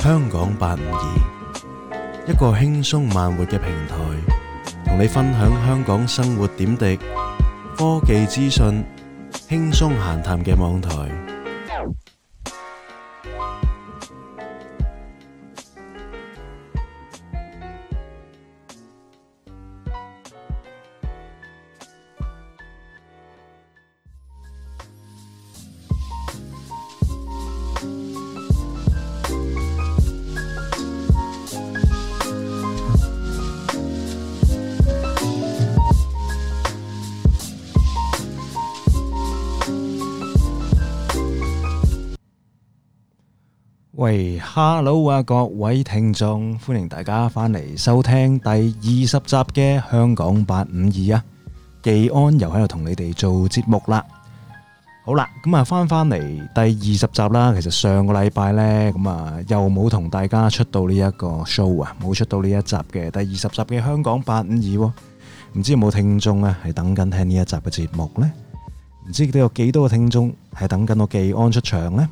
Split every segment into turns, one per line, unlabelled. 香港八五二，一個輕鬆慢活嘅平台，同你分享香港生活點滴、科技資訊、輕鬆閒談嘅網台。
喂，hello 啊，各位聽眾，歡迎大家翻嚟收聽第二十集嘅香港八五二啊，技安又喺度同你哋做節目啦。好啦，咁啊翻翻嚟第二十集啦，其實上個禮拜呢，咁啊又冇同大家出到呢一個 show 啊，冇出到呢一集嘅第二十集嘅香港八五二喎，唔知有冇聽眾啊係等緊聽呢一集嘅節目呢？唔知都有幾多個聽眾係等緊我技安出場呢？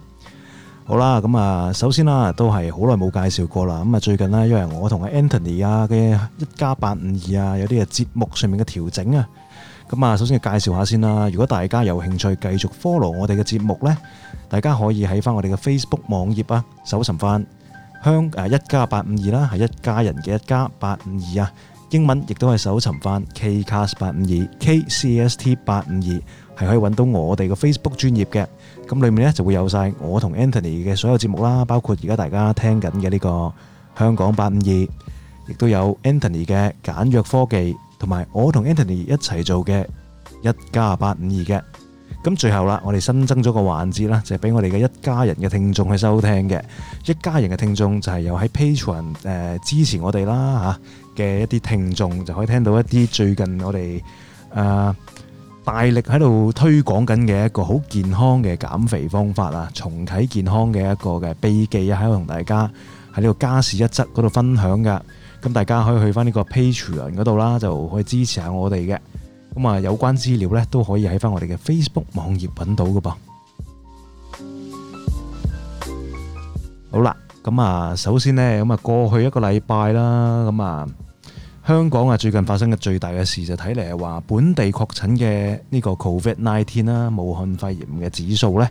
好啦，咁啊，首先啦，都係好耐冇介紹過啦。咁啊，最近啦，因為我同阿 Anthony 啊嘅一家八五二啊，有啲嘅節目上面嘅調整啊。咁啊，首先要介紹下先啦。如果大家有興趣繼續 follow 我哋嘅節目呢，大家可以喺翻我哋嘅 Facebook 網頁啊，搜尋翻香誒一家八五二啦，係一家人嘅一家八五二啊。英文亦都係搜尋翻 Kcast 八五二 KCST 八五二，係可以揾到我哋嘅 Facebook 專頁嘅。咁裏面咧就會有晒我同 Anthony 嘅所有節目啦，包括而家大家聽緊嘅呢個香港八五二，亦都有 Anthony 嘅簡約科技，同埋我同 Anthony 一齊做嘅一家八五二嘅。咁最後啦，我哋新增咗個環節啦，就係俾我哋嘅一家人嘅聽眾去收聽嘅。一家人嘅聽眾就係有喺 Patreon 誒、呃支持我哋啦嚇嘅一啲聽眾，就可以聽到一啲最近我哋誒。呃大力喺度推廣緊嘅一個好健康嘅減肥方法啊，重啟健康嘅一個嘅秘技啊，喺度同大家喺呢個家事一則嗰度分享噶。咁大家可以去翻呢個 Patreon 嗰度啦，就可以支持下我哋嘅。咁啊，有關資料呢都可以喺翻我哋嘅 Facebook 網頁揾到噶噃。好啦，咁啊，首先呢，咁啊，過去一個禮拜啦，咁啊。香港啊，最近發生嘅最大嘅事就睇嚟係話本地確診嘅呢個 Covid nineteen 啦，武漢肺炎嘅指數呢，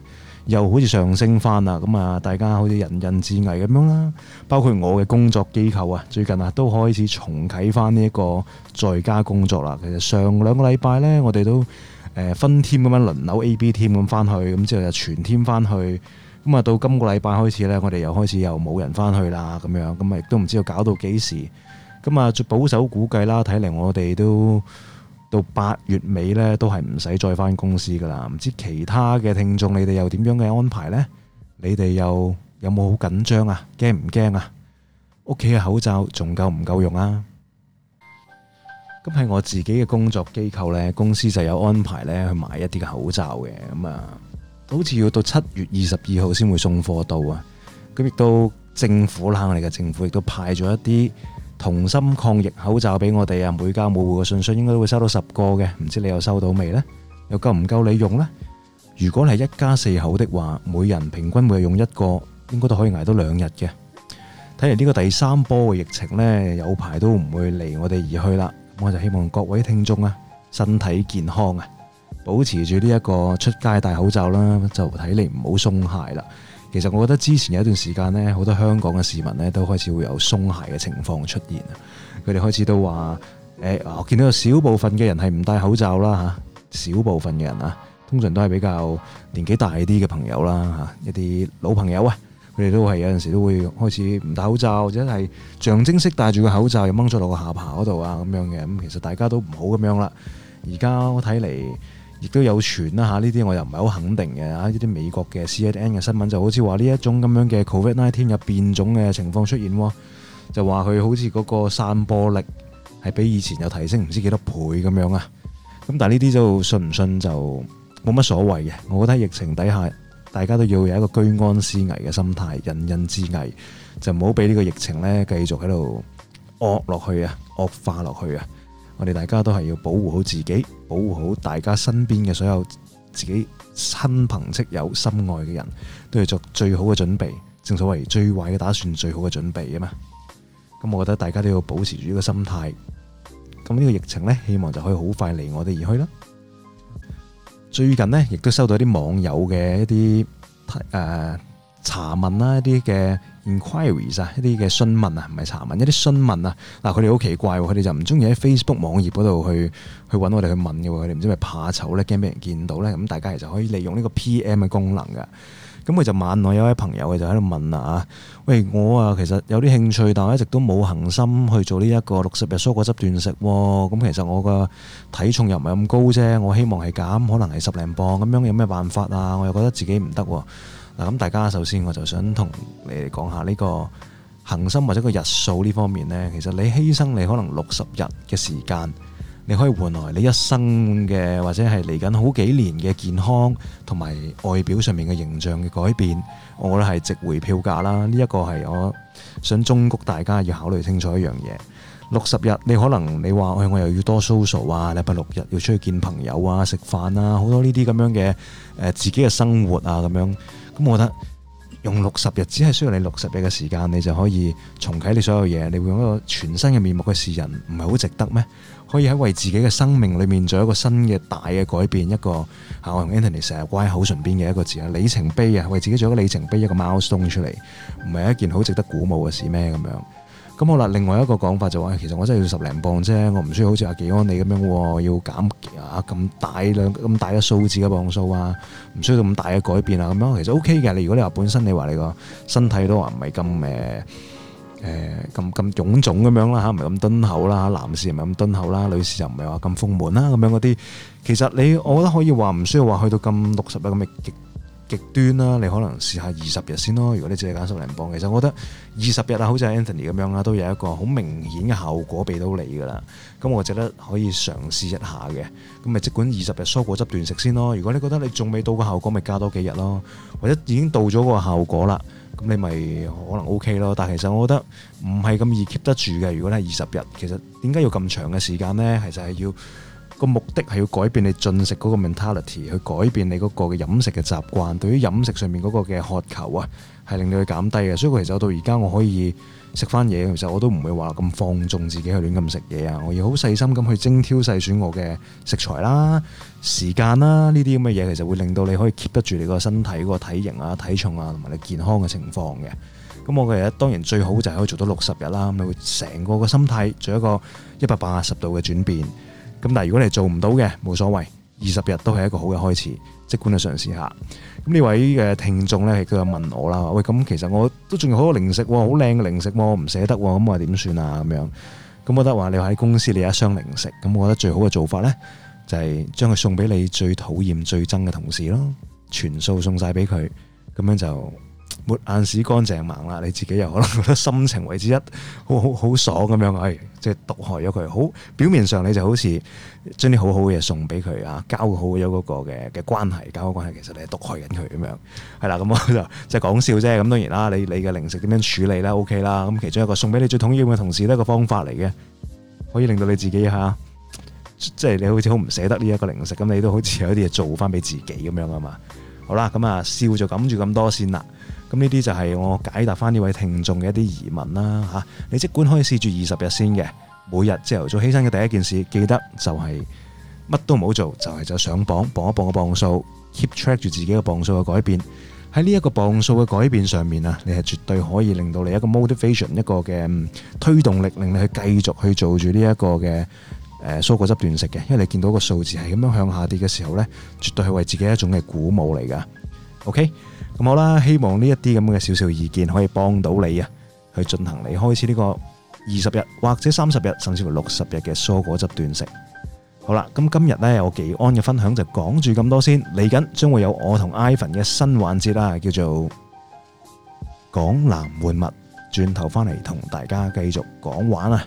又好似上升翻啦。咁啊，大家好似人人自危咁樣啦。包括我嘅工作機構啊，最近啊都開始重啟翻呢一個在家工作啦。其實上兩個禮拜呢，我哋都誒分 team 咁樣輪流 A、B team 咁翻去，咁之後就全 team 翻去。咁啊，到今個禮拜開始呢，我哋又開始又冇人翻去啦，咁樣咁啊，亦都唔知道搞到幾時。咁啊，最保守估計啦，睇嚟我哋都到八月尾呢，都係唔使再返公司噶啦。唔知其他嘅聽眾，你哋又點樣嘅安排呢？你哋又有冇好緊張啊？驚唔驚啊？屋企嘅口罩仲夠唔夠用啊？咁喺我自己嘅工作機構呢，公司就有安排呢去買一啲嘅口罩嘅。咁啊，好似要到七月二十二號先會送貨到啊。咁亦都政府啦，我哋嘅政府亦都派咗一啲。同心抗疫口罩俾我哋啊，每家每戶嘅信箱應該都會收到十個嘅，唔知你又收到未呢？又夠唔夠你用呢？如果係一家四口的話，每人平均每日用一個，應該都可以捱到兩日嘅。睇嚟呢個第三波嘅疫情呢，有排都唔會離我哋而去啦。我就希望各位聽眾啊，身體健康啊，保持住呢一個出街戴口罩啦，就睇嚟唔好鬆懈啦。其實我覺得之前有一段時間呢，好多香港嘅市民呢都開始會有鬆懈嘅情況出現啊！佢哋開始都話：誒、啊我見到有少部分嘅人係唔戴口罩啦嚇，少部分嘅人啊，通常都係比較年紀大啲嘅朋友啦嚇，一啲老朋友啊，佢哋都係有陣時都會開始唔戴口罩，或者係象徵式戴住個口罩又掹咗落個下巴嗰度啊咁樣嘅。咁其實大家都唔好咁樣啦。而家我睇嚟。亦都有傳啦嚇，呢啲我又唔係好肯定嘅啊嚇。呢啲美國嘅 CNN 嘅新聞就好似話呢一種咁樣嘅 Covid nineteen 有變種嘅情況出現喎，就話佢好似嗰個散播力係比以前有提升唔知幾多倍咁樣啊。咁但係呢啲就信唔信就冇乜所謂嘅。我覺得喺疫情底下，大家都要有一個居安思危嘅心態，人人自危，就唔好俾呢個疫情呢繼續喺度惡落去啊，惡化落去啊。我哋大家都係要保護好自己，保護好大家身邊嘅所有自己親朋戚友、心愛嘅人，都要作最好嘅準備，正所謂最壞嘅打算，最好嘅準備啊嘛。咁我覺得大家都要保持住呢個心態。咁呢個疫情呢，希望就可以好快離我哋而去啦。最近呢，亦都收到啲網友嘅一啲誒、呃查問啦，一啲嘅 inquiries 啊，一啲嘅詢問啊，唔係查問，一啲詢問啊。嗱，佢哋好奇怪喎，佢哋就唔中意喺 Facebook 網頁嗰度去去揾我哋去問嘅喎，佢哋唔知係咪怕醜咧，驚俾人見到咧。咁大家其實可以利用呢個 PM 嘅功能嘅。咁佢就晚內有位朋友佢就喺度問啦啊，喂，我啊其實有啲興趣，但我一直都冇恒心去做呢一個六十日蔬果汁斷食喎。咁其實我個體重又唔係咁高啫，我希望係減，可能係十零磅咁樣，有咩辦法啊？我又覺得自己唔得喎。嗱，咁大家首先我就想同你哋講下呢個恒心或者個日數呢方面呢。其實你犧牲你可能六十日嘅時間，你可以換來你一生嘅或者係嚟緊好幾年嘅健康同埋外表上面嘅形象嘅改變，我覺得係值回票價啦。呢、一個係我想忠告大家要考慮清楚一樣嘢。六十日你可能你話，哎，我又要多 social 啊，禮拜六日要出去見朋友啊、食飯啊，好多呢啲咁樣嘅誒、呃自己嘅生活啊咁樣。咁我覺得用六十日只係需要你六十日嘅時間，你就可以重啟你所有嘢，你會用一個全新嘅面目去示人，唔係好值得咩？可以喺為自己嘅生命裏面做一個新嘅大嘅改變，一個啊，我同 Anthony 成日掛喺口唇邊嘅一個字啊，里程碑啊，為自己做一個里程碑一個 milestone 出嚟，唔係一件好值得鼓舞嘅事咩？咁樣。咁好啦，另外一個講法就話、哎其實我真係要十零磅啫，我唔需要好似阿紀安你咁樣喎，要減啊咁大量咁大嘅數字嘅磅數啊，唔需要咁大嘅改變啊，咁樣其實 OK 嘅。你如果你話本身你話你個身體都話唔係咁誒誒咁咁臃腫咁樣啦嚇，唔係咁敦厚啦嚇，男士唔係咁敦厚啦，女士就唔係話咁豐滿啦咁樣嗰啲，其實你我覺得可以話唔需要話去到咁六十啊咁嘅極極端啦，你可能試下二十日先咯。如果你只係揀十零磅，其實我覺得二十日啊，好似阿 Anthony 咁樣啦，都有一個好明顯嘅效果俾到你噶啦。咁我覺得可以嘗試一下嘅。咁咪即管二十日蔬果汁斷食先咯。如果你覺得你仲未到個效果，咪加多幾日咯。或者已經到咗個效果啦，咁你咪可能 OK 咯。但係其實我覺得唔係咁易 keep 得住嘅。如果你係二十日，其實點解要咁長嘅時間呢？其實係要。個目的係要改變你進食嗰個 mentality，去改變你嗰個嘅啊飲食嘅習慣，對於飲食上面嗰個嘅渴求啊，係令到佢減低啊嘅。所以我其實我到而家我可以食翻嘢，其實我都唔會話咁放縱自己去亂咁食嘢啊。我要好細心咁去精挑細選我嘅食材啦、時間啦呢啲咁嘅嘢，其實會令到你可以 keep 得住你個身體嗰個體型啊、體重啊同埋你健康嘅情況嘅。咁我嘅人當然最好就係可以做到六十日啦，咁你會成個個心態做一個一百八十度嘅轉變。咁但係如果你做唔到嘅，冇所謂，二十日都係一個好嘅開始，即管去嘗試下。咁呢位嘅聽眾呢，佢就問我啦，喂，咁其實我都仲有好多零食喎，好靚嘅零食喎，我唔捨得喎，咁我點算啊？咁樣，咁我覺得話你話喺公司你有一箱零食，咁我覺得最好嘅做法呢，就係將佢送俾你最討厭、最憎嘅同事咯，全數送晒俾佢，咁樣就抹眼屎乾淨盲啦，你自己又可能覺得心情為之一好好好爽咁樣，唉、即係毒害咗佢。好表面上你就好似將啲好好嘅嘢送俾佢啊，交好咗嗰個嘅嘅關係，交好關係其實你係毒害緊佢咁樣，係啦。咁我就 即係講笑啫。咁當然啦，你你嘅零食點樣處理啦，OK 啦。咁其中一個送俾你最討厭嘅同事呢個方法嚟嘅，可以令到你自己嚇。即係你好似好唔捨得呢一個零食，咁你都好似有啲嘢做翻俾自己咁樣啊嘛。好啦，咁啊笑就冚住咁多先啦。咁呢啲就係我解答翻呢位聽眾嘅一啲疑問啦嚇、你即管可以試住二十日先嘅，每日朝頭早起身嘅第一件事，記得就係乜都唔好做，就係、就上磅磅一磅個磅數，keep track 住自己嘅磅數嘅改變。喺呢一個磅數嘅改變上面啊，你係絕對可以令到你一個 motivation 一個嘅嗯推動力，令你去繼續去做住呢一個嘅。誒蔬果汁斷食嘅，因為你見到個數字係咁樣向下跌嘅時候呢，絕對係為自己一種嘅鼓舞嚟㗎。OK，咁好啦，希望呢一啲咁嘅少少意見可以幫到你啊，去進行你開始呢個二十日或者三十日甚至乎六十日嘅蔬果汁斷食。好啦，咁今日呢，我技安嘅分享就講住咁多先，嚟緊將會有我同 Ivan 嘅新環節啦，叫做講男換物，轉頭翻嚟同大家繼續講玩啊！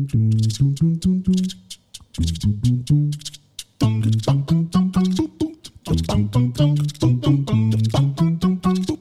Dum dum dum dum dum dum dum dum dum dum dum dum dum dum dum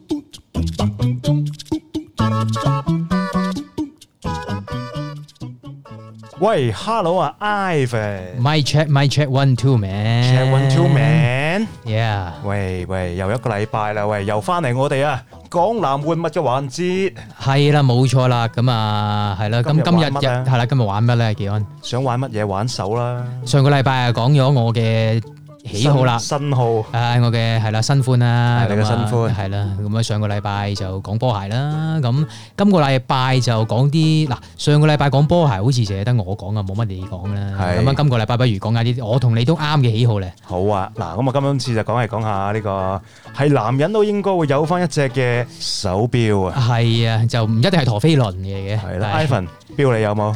喂，hello 啊，Ivan。
My check, my check one two man.
Check one two man，
Yeah，
喂喂，又一個禮拜啦，喂，又翻嚟我哋啊，港南換物嘅環節，
係啦，冇錯啦，咁啊，係啦，
今
咁
日
今
玩乜
日
啊
日係啦，今日玩乜咧，技安？
想玩乜嘢玩手啦，
上個禮拜啊，講咗我嘅喜好啦。
新新號。
唉，我嘅係啦，新歡啦，
係你嘅新歡
係啦，咁啊上個禮拜就講波鞋啦，咁今個禮拜就講啲嗱，上個禮拜講波鞋好似淨係得我講啊，冇乜你講啦，
係
咁啊今個禮拜不如講下啲我同你都啱嘅喜好咧，
好啊，嗱，咁啊，今次就講係講下呢個係男人都應該會有翻一隻嘅手錶啊，
係啊，就唔一定係陀飛輪嘅嘅，
係啦，Ivan，錶你有冇？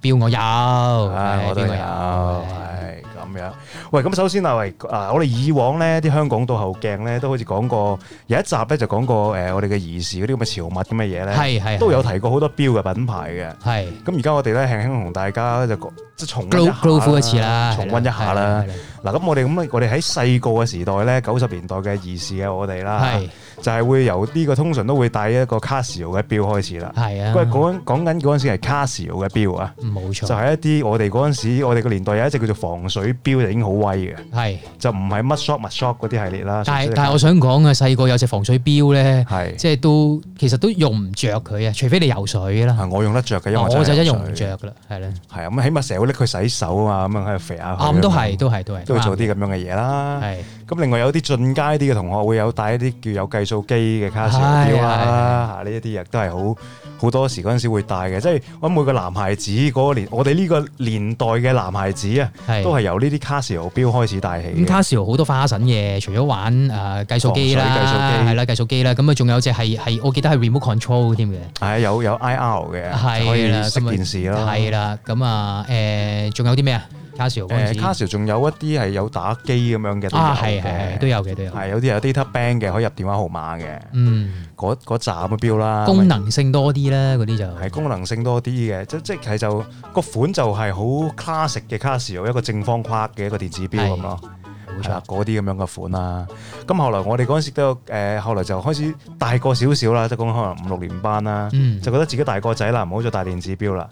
標我有，
啊，
係
我都
標
有，係咁樣。喂，咁首先啊，喂，啊，我哋以往咧啲香港倒後鏡咧，都好似講過有一集咧就講過誒我哋嘅兒時嗰啲咁嘅潮物咁嘅嘢咧，
係係
都有提過好多錶嘅品牌嘅。
係
咁而家我哋咧輕輕同大家就講即係重溫
glow glow
一
full 一次
下
啦，
重溫一下啦。嗱，咁我哋咁我哋喺細個嘅時代咧，九十年代嘅兒時嘅我哋
係
啦，
啦，係
就係會由呢個通常都會戴一個 Casio 嘅錶開始啦。
係啊，
喂，講講緊嗰陣時係 Casio 嘅錶啊。
冇錯，
就係一啲我哋嗰陣時，我哋個年代有一隻叫做防水錶就已經好威嘅，
係。
就唔係乜 shop 乜 shop 嗰啲系列啦。
但係
啊純粹
但係我想講啊，細個有隻防水錶咧，
係
即係都其實都用唔着佢啊，除非你游水啦。
啊
哦
係我用得着嘅，因為
我就
真係
一
有
用唔
水。
着噶啦，係啦，
係啊，咁起碼成日會拎佢洗手啊嘛，咁樣喺度肥下佢。
啊咁都係，都係都係
都會做啲咁樣嘅嘢啦。
係
咁另外有啲進階啲嘅同學會有帶一啲叫有計數機嘅卡士錶啦，嚇呢一啲亦都係好好多時嗰陣時會帶嘅。即係我諗每個男孩子嗰個年，我哋呢個年代嘅男孩子啊，
係
都係由呢啲卡士錶開始帶起嘅。
咁 Casio 好多花神嘢，除咗玩誒計數機
防水計數
啦，
機
係啦計數機啦，咁啊仲有隻係係我記得係 remote control 添嘅。
係有有 IR 嘅，可
係
以
啦，啊
熄電視啦。
係啦，咁啊誒，仲有啲咩啊？Casio 嗰陣
誒
時
Casio 仲有一啲係有打機咁樣呃嘅，都有
啊，係係
嘅
係都有嘅都有。
係有啊啲有 data bank 嘅，可以入電話號碼嘅，
嗯，
嗰嗰站嘅錶啦，
功能性多啲啦，嗰啲就
係功能性多啲嘅，即即係就個款就係好 classic 嘅 Casio 一個正方框嘅一個電子錶咁咯，
冇
係啦
錯，
嗰啲咁樣嘅款啦。咁後來我哋嗰陣時都有誒，後來就開始大個少少啦，即係講可能五六年班啦。
嗯，
就覺得自己大個仔啦，唔好再戴電子錶啦，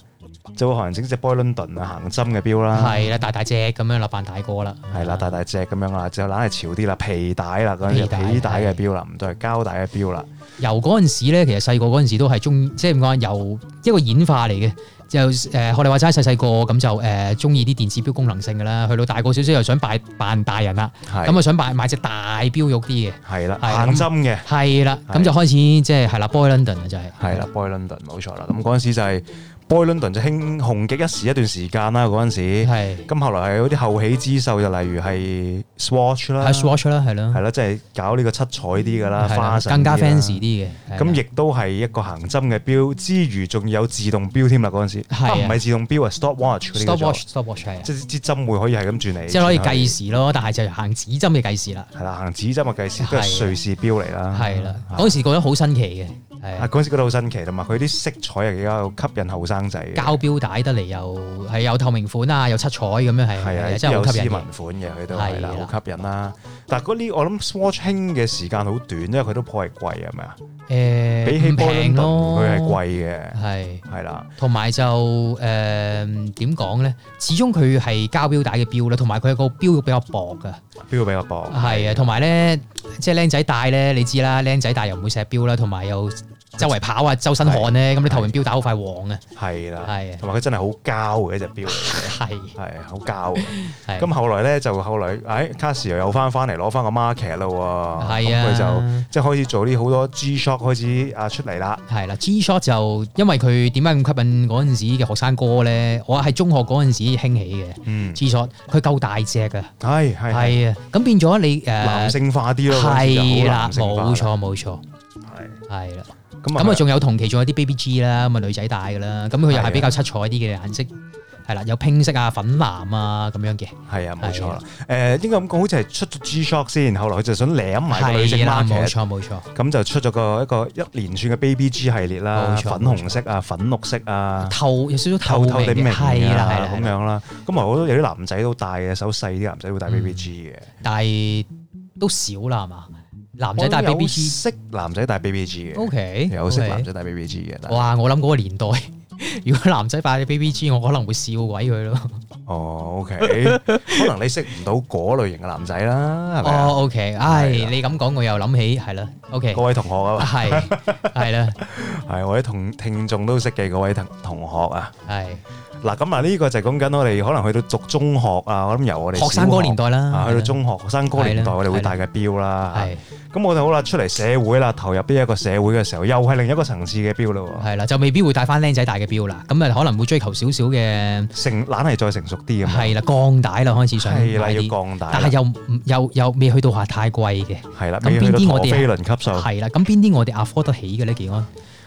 就會可能整隻 Boy London 啊行針嘅錶啦，
係啦，大大隻咁樣啦，扮大哥啦，
係啦大大隻咁樣啦，就懶係潮啲啦，皮帶啦嗰陣時
皮帶
皮帶嘅錶啦，唔再係膠帶嘅錶啦，
由嗰陣時咧，其實細個嗰陣時都係中意，即係點講啊，由一個演化嚟嘅。就誒、呃學你話齋細細個咁就誒中意啲電子錶功能性嘅啦，去到大個少少又想扮扮大人啦，咁
係
啊想買買隻大錶玉啲嘅，
係啦
係啦
行針嘅。
係啦，
係
咁就開始即係係啦，Boy London 啊就係、
係啦，Boy London 冇錯啦。咁嗰陣時就係 Boy London 就興紅極一時一段時間啦。嗰陣時，
係
咁後來係有啲後起之秀，就例如係 Swatch 啦，
係 Swatch 啦，係啦
係，啦，即係搞呢個七彩啲㗎啦，
係
花
啦
神
更加
啲啦
fancy 啲嘅。係啊啦
咁亦都係一個行針嘅錶之餘，仲有自動錶添啦嗰陣時，
係啊
啊唔係自動錶啊，stopwatch 嗰啲叫做
stopwatch stopwatch 係啊，
即係支針會可以係咁轉嚟，
即係可以
轉去
計時咯，但係就行指針嘅計時啦，
係啦，行指針嘅計時都係
係啊
瑞士錶嚟啦，
係啦，
啊
嗰陣時覺得好新奇嘅，係
啊
啊
嗰陣時覺得好新奇，同埋佢啲色彩係比較吸引後生仔嘅，
膠錶帶得嚟又係有透明款啊，有七彩咁樣係，
係啊，
真係
有
好
斯
吸引
文
嘅
款嘅佢都係啦，
係啦
好吸引啦。但係嗰啲我諗 Swatch 興嘅時間好短，因為佢都頗係貴係咪啊？
誒
比起
唔
b o y
平
l
咯，
佢係貴嘅，
係。
係啦，
同埋就誒點講咧？始終佢係膠錶帶嘅錶啦，同埋佢個錶比較薄㗎，
錶比較薄，
係啊，同埋咧即係僆仔戴咧，你知啦，僆仔戴又唔會錫錶啦，同埋又周圍跑啊，周身汗咧，咁你透明錶帶好快黃啊，
係啦，
係啊，
同埋佢真係好膠嘅一隻錶嚟 嘅。
係
係好膠嘅，
係
咁後來咧就後來，哎，Casio 又翻翻嚟攞翻個 market 咯喎，
係
咁佢就
啊，
即係開始做啲好多 G-Shock 開始啊出嚟啦，
係啦，G Shock 就因為佢點解咁吸引嗰陣時嘅學生哥咧？我係中學嗰陣時興起嘅
嗯，
G Shock，佢夠大隻啊，
係係係
係啊，咁變咗你
男
誒
性化啲咯，嗰陣時就好
係啦，
男性化
冇，錯冇錯，
係
係啦。
咁
咁啊，
啊
仲有同期仲有啲 Baby G 啦，咁啊女仔戴嘅啦，咁佢又
係啊
係比較七彩啲嘅顏色，係啦，有拼色啊、粉藍啊咁樣嘅，
係啊，冇錯啦
係，
誒應該咁講，好似係出咗 G-Shock 先，後來佢就想舐埋個女性啊
係啦，冇
market。
錯冇錯，
咁就出咗個一個一連串嘅 Baby G 系列啦，
冇錯
粉紅色啊、粉綠色啊、
透有少少透
透
明
透地
嘅，
明
係啦
啊
係啦
咁
係啦，
樣啦。咁啊，我都有啲男仔都戴嘅，手細啲男仔會
嗯
戴 Baby G 嘅。
但係都少啦係嘛，男仔戴
我有
Baby
識男仔戴 Baby G 嘅，
G，OK，
有識男仔戴 Baby G 嘅，但係
哇！我諗嗰個年代 如果男仔擺喺 B B G，我可能會笑鬼佢咯。
哦，OK，可能你識唔到嗰類型嘅男仔啦，係咪啊？
哦，OK，唉，
係啦
你咁講我又諗起係啦 ，OK，
各位同學啊，
係係啦，
係我啲同聽眾都識嘅各位同同學啊。
係
嗱，咁啊呢個就講緊我哋可能去到讀中學啊，我諗由我哋
學生哥年
代
代啦，
啊，去到中學學生哥年
係
代，
啦
我哋會戴嘅錶啦。
係
咁我哋好啦，出嚟社會啦，投入呢一個社會嘅時候，又係另一個層次嘅標啦
係啦，就未必會戴翻僆仔戴嘅錶啦，咁啊可能會追求少少嘅
喎，成懶係再成熟啲咁樣，
係啦，鋼帶啦開始想
啊係啦，
買
要
啲，
降大
但係
啦，
又唔又又未去到話太貴嘅，
係啦，
咁
未去到
邊啲我
陀
哋
飛輪級數
係啦，咁邊啲我哋 afford 得起嘅咧？技安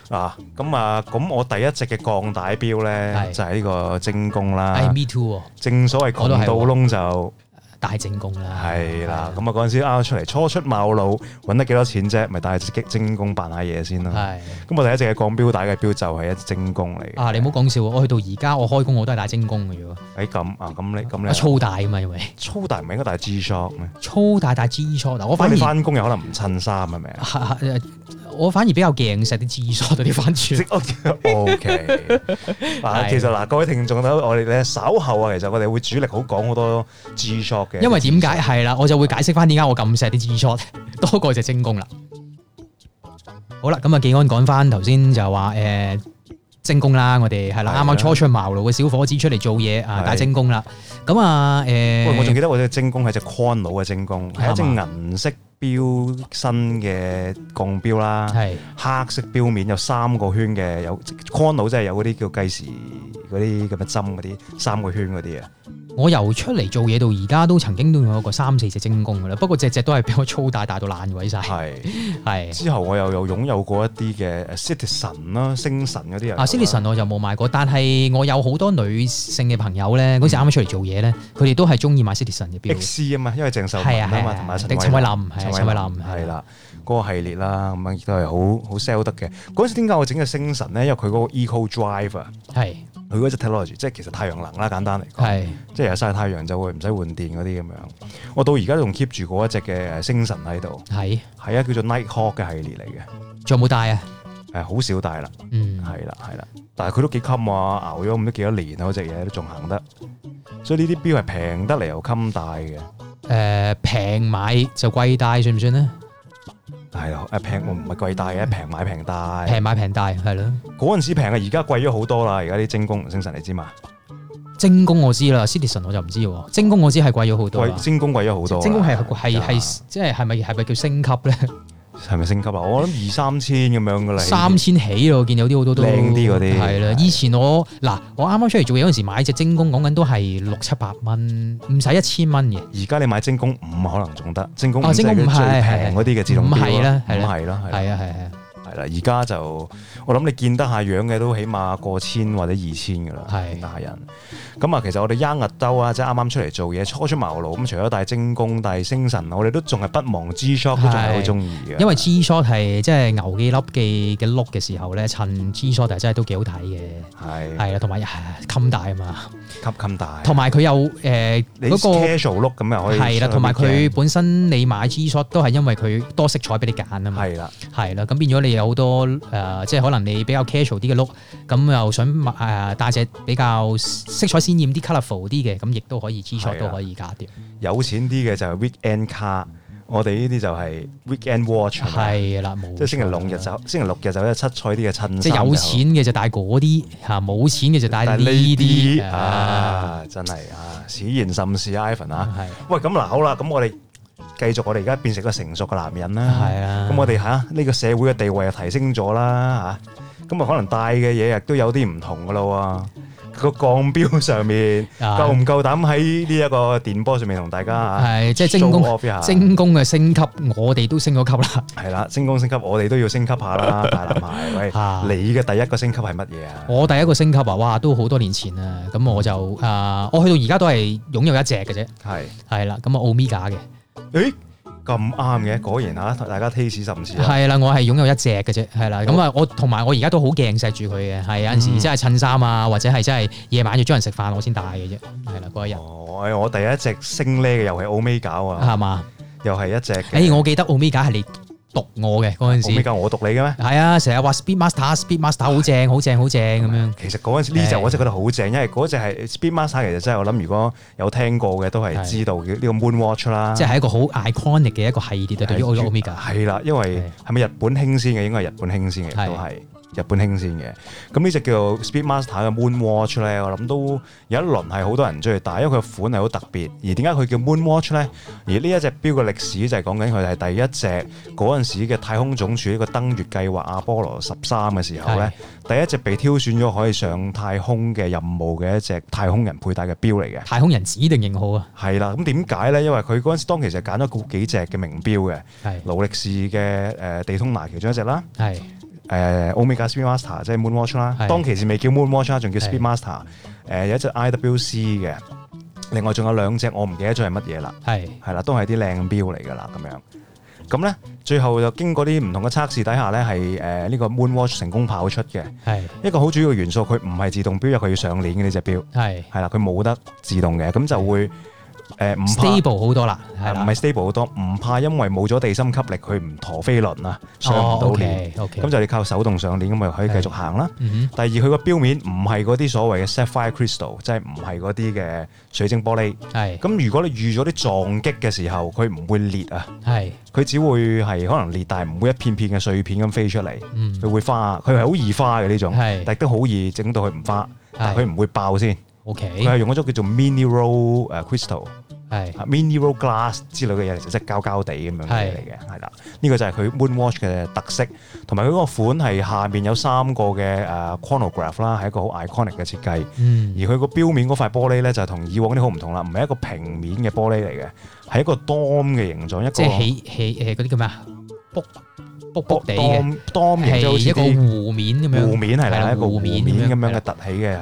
啊。咁啊，咁我第一隻嘅降大標咧，
係
就係呢個精工
唉
啦。
me too 喎，
正所謂窮
我都係喎
到窿就
大正工啦，
係啦，咁啊嗰陣時啱出嚟，初出茅廬，揾得幾多錢啫，咪帶隻精工扮下嘢先啦。
係。
咁我第一隻嘅降標帶嘅標就係一隻精工嚟嘅。
啊！你唔好講笑喎，我去到而家我開工我都係戴精工嘅啫喎，
誒咁啊，咁你啊咁
我
你
粗大噶嘛，因為
粗大唔係應該帶 G Shock 咩？
粗大戴 G Shock，嗱我
我反
反
而
而
翻工有可能唔襯衫係咪 啊
我反而比較鏡石啲 G Shock 嗰啲翻轉，
？O K 嗱，
係
哦啊其實嗱，各位聽眾都我哋咧稍後啊，其實我哋會主力好講好多 G Shock 嘅，
因為點解係啦，我就會解釋翻點解我咁錫啲 G shot 多過隻精工啦。好啦，咁啊，技安講翻頭先就話誒精工啦，我哋係
係啊
啦，啱啱初出茅廬嘅小伙子出嚟做嘢啊
係，
打精工啦。咁啊
喂，我仲
誒，
記得我隻精工係隻 con 佬嘅精工，係一隻
係
銀色標身嘅鋼標啦，
係
黑色標面有三個圈嘅，有 con 佬即係有嗰啲叫計時嗰啲咁嘅針嗰啲三個圈嗰啲啊，
我由出嚟做嘢到而家都曾經都有過三四隻精工噶啦，不過隻隻都係俾我粗大大到爛鬼晒，
係。
係。
之後我又有擁有過一啲嘅 Citizen 啦、星神嗰啲人
啊 c i t i z e n 我就冇買過，但係我有好多女性嘅朋友
嗯
咧，嗰時啱啱出嚟做嘢咧，佢哋都係中意買 c i t i z e n 嘅表。
X 啊嘛，因為鄭秀文
係啊
啊嘛，
係啊
同埋陳
陳
慧
慧
琳
琳係啊陳慧琳
係
係
啦，嗰個系列啦，咁樣亦都係好好 sell 得嘅。嗰陣時點解我整嘅星神咧？因為佢嗰個 Eco Drive 啊，
係
佢嗰只 technology 即係其實太陽能啦，簡單嚟講，
係
即係日曬太陽就會唔使換電嗰啲咁樣。我到而家仲 keep 住嗰一隻嘅誒星神喺度，
係，
係啊，叫做 Nighthawk 嘅系列嚟嘅，
仲有冇帶啊？
誒好少戴啦，
嗯，
係啦係啦，但係佢都幾襟啊，熬咗唔知幾多年啊，嗰只嘢都仲行得，所以呢啲錶係平得嚟又襟戴嘅。
誒平買就貴帶算唔算咧？
係咯，誒平唔係貴帶嘅，平買平帶。
嗯平買平帶係咯。
嗰陣時平嘅，而家貴咗好多啦。而家啲精工同星辰你知嘛？
精工我知啦，Citizen 我就唔知喎。精工我知係貴咗好多啦啊
貴。精工貴咗好多啦。啊
精工係係
真
係即係係咪係咪叫升級 咧？
係咪升級啊？我諗二三千咁樣噶啦。
三千起咯，我見有啲好多都
靚啲嗰啲
係啦。
係
以前我嗱我啱啱出嚟做嘢嗰陣時買只精工，講緊都係六七百蚊，唔使一千蚊嘅。
而家你買精工五可能仲得，精工
哦
五就係
精工五
最
係
平嗰啲嘅自動
五
錶
係啦係
五
啦
係啦，係啦，
係啊係啊
係啦。而家就我諗你見得下樣嘅都起碼過千或者二千噶啦，
係
見得下人。咁啊，其實我哋央日兜啊，即係啱啱出嚟做嘢，初出茅廬咁，除咗戴精工、戴星辰，我哋都仲係不忘 G Shock，都仲係好
係
中意嘅。
因為 G shot 係即係牛記粒記嘅碌嘅時候咧，襯 G shot 係真係都幾好睇嘅。
係
係啦，同埋唉襟大啊嘛，
吸襟大，
同埋佢有誒
你
嗰個
casual look 咁又可以
係啦，同埋佢本身你買 G shot 都係因為佢多色彩俾你揀啊嘛，
係啦，
係啦，咁變咗你有好多誒、呃即係可能你比較 casual 啲嘅 look，咁又想買誒、呃、戴隻比較色彩鮮豔啲、colourful 啲嘅，咁亦都可以 G
係啊
shot 都可以加啲，
有錢啲嘅就係 weekend car，我哋呢啲就係 weekend watch，係咪啊
係啦，冇
即係星期六日
錯啦。
就星期六日就有一七彩啲嘅襯衫就，
即係有錢嘅就戴嗰啲嚇，冇錢嘅就戴
但係
呢
呢
啲
啲，啊，真係啊，此言甚是啊，Ivan 啊，
係
喂，咁嗱好啦，咁我哋繼續，我哋而家變成一個成熟嘅男人啦，
係啊
咁我哋嚇呢個社會嘅地位又提升咗啦嚇，咁啊可能戴嘅嘢亦都有啲唔同噶咯喎，個鋼標上面。
啊
夠唔夠膽喺呢一個電波上面同大家啊？
係即係精工
show off 一下
精工嘅升級，我哋都升咗級 啦。
係啦，精工升級，我哋都要升級下 啦，大男孩。喂，
啊
你嘅第一個升級係乜嘢啊？
我第一個升級啊，哇，都好多年前啦。咁我就啊、我去到而家都係擁有一隻嘅啫，
係，
係啦。咁啊，Omega 嘅，
誒咁啱嘅，果然嚇，大家 taste 甚至啊，
係啦，我係擁有一隻嘅啫，係啦。
Oh
咁啊，我同埋我而家都好鏡錫住佢嘅，係有陣
Mm
時真係襯衫啊，或者係真係夜晚要將人食飯我先戴嘅啫，係啦嗰一日
哦，哎我第一隻升呢嘅又係 Omega 啊，
係嘛？哎
又係一隻
誒、
嘅，
我記得 Omega 係你讀我嘅嗰陣
我未
時，
教我讀你嘅咩？
係啊，成日話 Speed Master Speed Master 好正好正好正咁樣。
其實嗰陣時呢隻我真係覺得好正，因為嗰隻係 Speedmaster，其實真係我諗如果有聽過嘅都係知道嘅呢個 Moonwatch 啦，
即係一個好 iconic 嘅一個系列啊，對於我嘅 Omega
係啦，因為係咪日本興先嘅？應該係日本興先嘅，
係
都係日本興先嘅。咁呢只叫 Speedmaster 嘅 Moonwatch 咧，我諗都有一輪係好多人中意戴，因為佢個款係好特別。而點解佢叫 Moonwatch 咧？而呢一隻錶嘅歷史就係講緊佢係第一隻嗰陣時嘅太空總署呢個登月計劃阿波羅十三嘅時候咧
係，
第一隻被挑選咗可以上太空嘅任務嘅一隻太空人佩戴嘅錶嚟嘅。
太空人指定型號啊，
係啦，咁點解咧？因為佢嗰陣時當其實揀咗好幾隻嘅名錶嘅。
係
勞力士嘅誒地通拿其中一隻啦，
係
誒 Omega Speedmaster 即係 Moonwatch 啦，
係
當其時未叫 Moonwatch 啦，仲叫
係
Speedmaster，誒有一隻 IWC 嘅，另外仲有兩隻我唔記得咗係乜嘢啦，
係
係啦，都係啲靚錶嚟㗎啦咁樣。咁咧，最後就經過啲唔同嘅測試底下咧，係誒呢個 Moonwatch 成功跑出嘅
係
一個好主要嘅元素，佢唔係自動錶，因為佢要上鏈嘅呢隻錶，
係
係啦，佢冇得自動嘅，咁就會誒唔怕。
stable 好多啦，係
唔
啦
係，stable 好多，唔怕因為冇咗地心吸力，佢唔陀飛輪啊，
哦
上唔到鏈，
OK，
咁就你靠手動上鏈，咁咪可以繼續行啦。
嗯
第二，佢個錶面唔係嗰啲所謂嘅 sapphire crystal，即係唔係嗰啲嘅水晶玻璃。
哼係
咁如果你遇咗啲撞擊嘅時候，佢唔會裂啊，
係
佢只會係可能裂，但係唔會一片片嘅碎片咁飛出嚟，
嗯
佢會花，佢係好易花嘅呢種，
係
但亦都好易整到佢唔花，但係
係
佢唔會爆先。佢
OK
係用嗰種叫做 mineral 誒 crystal。
係
mineral glass 之類嘅嘢，其實即係膠膠地咁樣嘅嘢嚟嘅，係啦。呢個就係佢 Moonwatch 嘅特色，同埋佢嗰個款係下面有三個嘅誒 chronograph 啦，係一個好 iconic 嘅設計。而
嗯
佢個錶面嗰塊玻璃咧，就同以往啲好唔同啦，唔係一個平面嘅玻璃嚟嘅，係一個 dome 嘅形狀，一
即係
個
起起誒嗰啲叫咩啊？卜卜卜地嘅
dome dome 形，即係好
係
似
一個
啲
湖面咁樣，
湖面係
係
啦，
啦
一個湖
湖
面
面
咁
咁
樣
樣
嘅凸起嘅，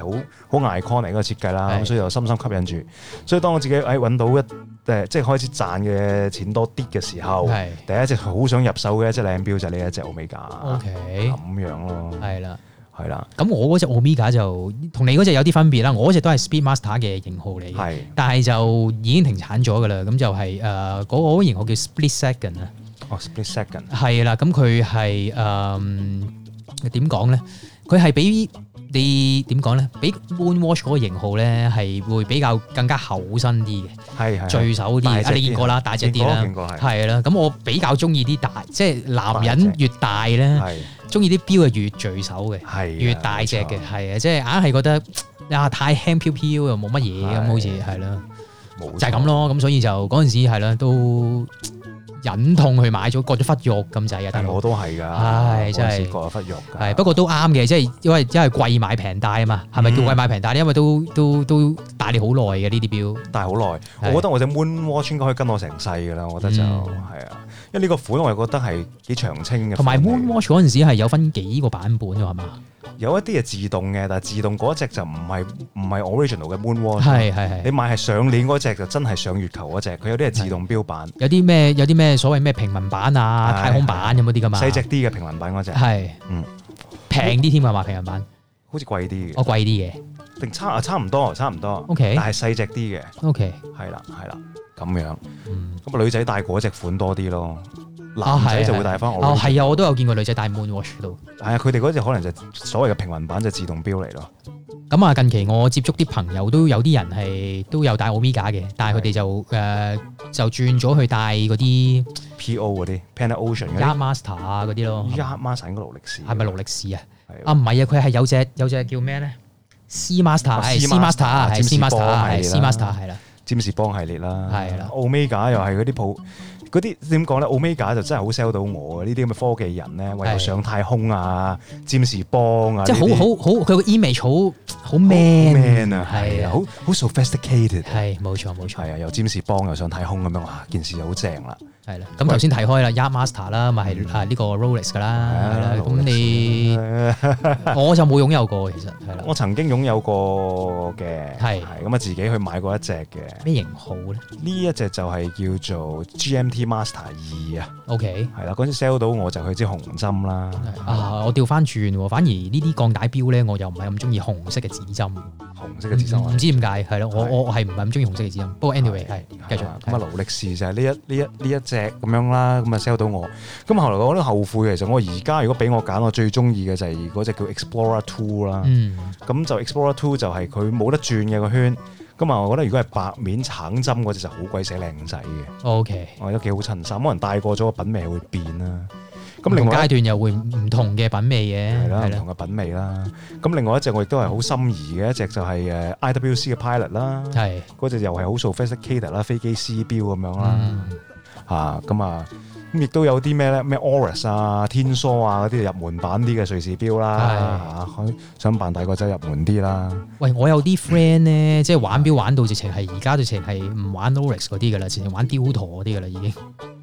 好好 iconic 嗰個設計啦，
係
咁所以就深深吸引住。所以當我自己誒揾到一誒，即係開始賺嘅錢多啲嘅時候，
係
第一隻好想入手嘅一隻靚錶就係呢一隻 Omega，
OK
咁樣咯，
係啦。
係啦，
咁我嗰只 Omega 就同你嗰只有啲分別啦，我嗰只都係 Speedmaster 嘅型號嚟嘅。
係
但係就已經停產咗㗎啦，咁就係誒呃嗰個型號叫 Split Second 啊，
哦 split second
係啦，咁佢係誒點講咧？佢係比你點講咧？比 Moonwatch 嗰個型號咧係會比較更加厚身啲嘅，
係係
聚手啲
大隻
啊！
啲
你見過啦，大隻啲啦
見，過見過係
係啦。咁我比較中意啲大，即係男人越大咧，
係
中意啲錶係越聚手嘅。
係啊
越大隻嘅，係啊，即係硬係覺得啊太輕飄飄又冇乜嘢咁，好似係啦，
冇錯
就係咁。咯。咁所以就嗰陣時係啦，都忍痛去買咗，割咗忽肉咁滯啊，大
但
佬
我。都係㗎，
唉真係
我試過有忽肉㗎，
係，不過都啱嘅，即係因為因為貴買平戴啊嘛，係
嗯
咪叫貴買平戴咧？因為都都都戴你好耐嘅呢啲表，
但係好耐，我
係
覺得我隻 Moon Watch 應該可以跟我成世㗎啦，我覺得就
嗯
係啊，因為呢個款我係覺得係幾長青嘅
同
款
埋
嚟嘅。
Moon Watch 嗰陣時係有分幾個版本㗎係嘛？
有一啲係自動嘅，但係自動嗰只就唔係唔係 original 嘅 Moon Watch。
係係
你
係。
買係上鏈嗰只就真係上月球嗰只，佢有啲係自動標版，
有啲咩有啲咩所謂咩平民版啊、
係
太空版咁嗰啲㗎嘛？啊
細只啲嘅平民版嗰只，好
係
嗯
平啲添係嘛？平民版
似貴啲嘅，
我貴啲嘅。
定差啊差唔多，差唔多。
哦 OK
但係細只啲嘅，
OK，
係啦係啦，咁樣。
嗯。
咁啊女仔戴嗰只款多啲咯，
啊
男仔
係
就
係
會戴翻
哦，
我。
係啊，我都有見過女仔戴 Moonwatch 度。
係啊，佢哋嗰只可能就所謂嘅平民版就自動標嚟咯。
咁啊，近期我接觸啲朋友都有啲人係都有戴 Omega 嘅，但係佢哋就
嗯
誒、呃就轉咗去戴嗰啲
P.O. 嗰啲 Planet Ocean 嗰啲
Yard Master 啊嗰啲咯，
Yamaha 應該勞力士，
係咪勞力士啊？
係
啊唔係啊，佢係有隻有隻叫咩咧？C Master
哦
係
C
C
Master，
Master 係 C
占士
Master
邦
係
系
C
列啦
Master 係啦，
占士邦系列啦，
係啦
Omega 又係嗰啲普嗰啲點講咧？Omega 就真係好 sell 到我啊！呢啲咁嘅科技人咧，為咗
係
上太空啊，占士邦啊，
即係好
呢啲
好好佢個 image 好好
好
man
man 啊，
係
係啊，
啊，
好好 sophisticated，
係冇錯冇錯。
係啊，又占士邦又上太空咁樣，哇！件事就好正啦，
係啦，咁頭先提開啦，Yard Master 啦，咪
嗯
係啊呢個 Rolex 噶啦，
啊
係啦，咁你我就冇擁有過，其實係啦
我。曾經擁有過嘅，
係
咁啊，自己去買過一隻嘅，
咩型號咧
呢一隻就係叫做 GMT Master 二啊，
？OK 啊
係啦，嗰陣時 sell 到我就佢支紅針啦，
啊，我調翻轉喎，反而呢啲鋼帶錶咧，我又唔係咁中意紅色嘅指針，
好紅色嘅字心啊
唔。知點解係咯，我
係
我我係唔係咁中意紅色嘅字音？不過嗯 anyway 係繼續
係啊咁啊，勞力士就係呢一呢一呢一隻咁樣啦，咁啊 sell 到我。咁後來我都後悔嘅，其實我而家如果俾我揀，我最中意嘅就係嗰只叫 Explorer Two 啦。
嗯
咁就 Explorer Two 就係佢冇得轉嘅個圈。咁啊，我覺得如果係白面橙針嗰只就好鬼死靚仔嘅，
，OK。
我覺得幾好襯衫。可能大個咗個品味會變啦。咁另
咁另
外
階
一
段又會唔同嘅品味嘅，
係啦，
係
唔
啦
同，嘅品味啦。咁另外一隻我亦都係好心儀嘅一隻就係呃誒 IWC 嘅 Pilot 啦，
係
嗰只又係好 sophisticated 啦，飛機師標咁樣啦。
嗯
啊，咁啊，咁亦都有啲咩咧？咩 Oris 啊、天梭啊嗰啲入門版啲嘅瑞士錶啦，
係
啊，開想扮大個仔入門啲啦，
喂，我有啲 friend 咧，即係玩表玩到直情係而家直情係唔玩 Rolex 嗰啲噶啦，直情玩雕陀嗰啲噶啦已經。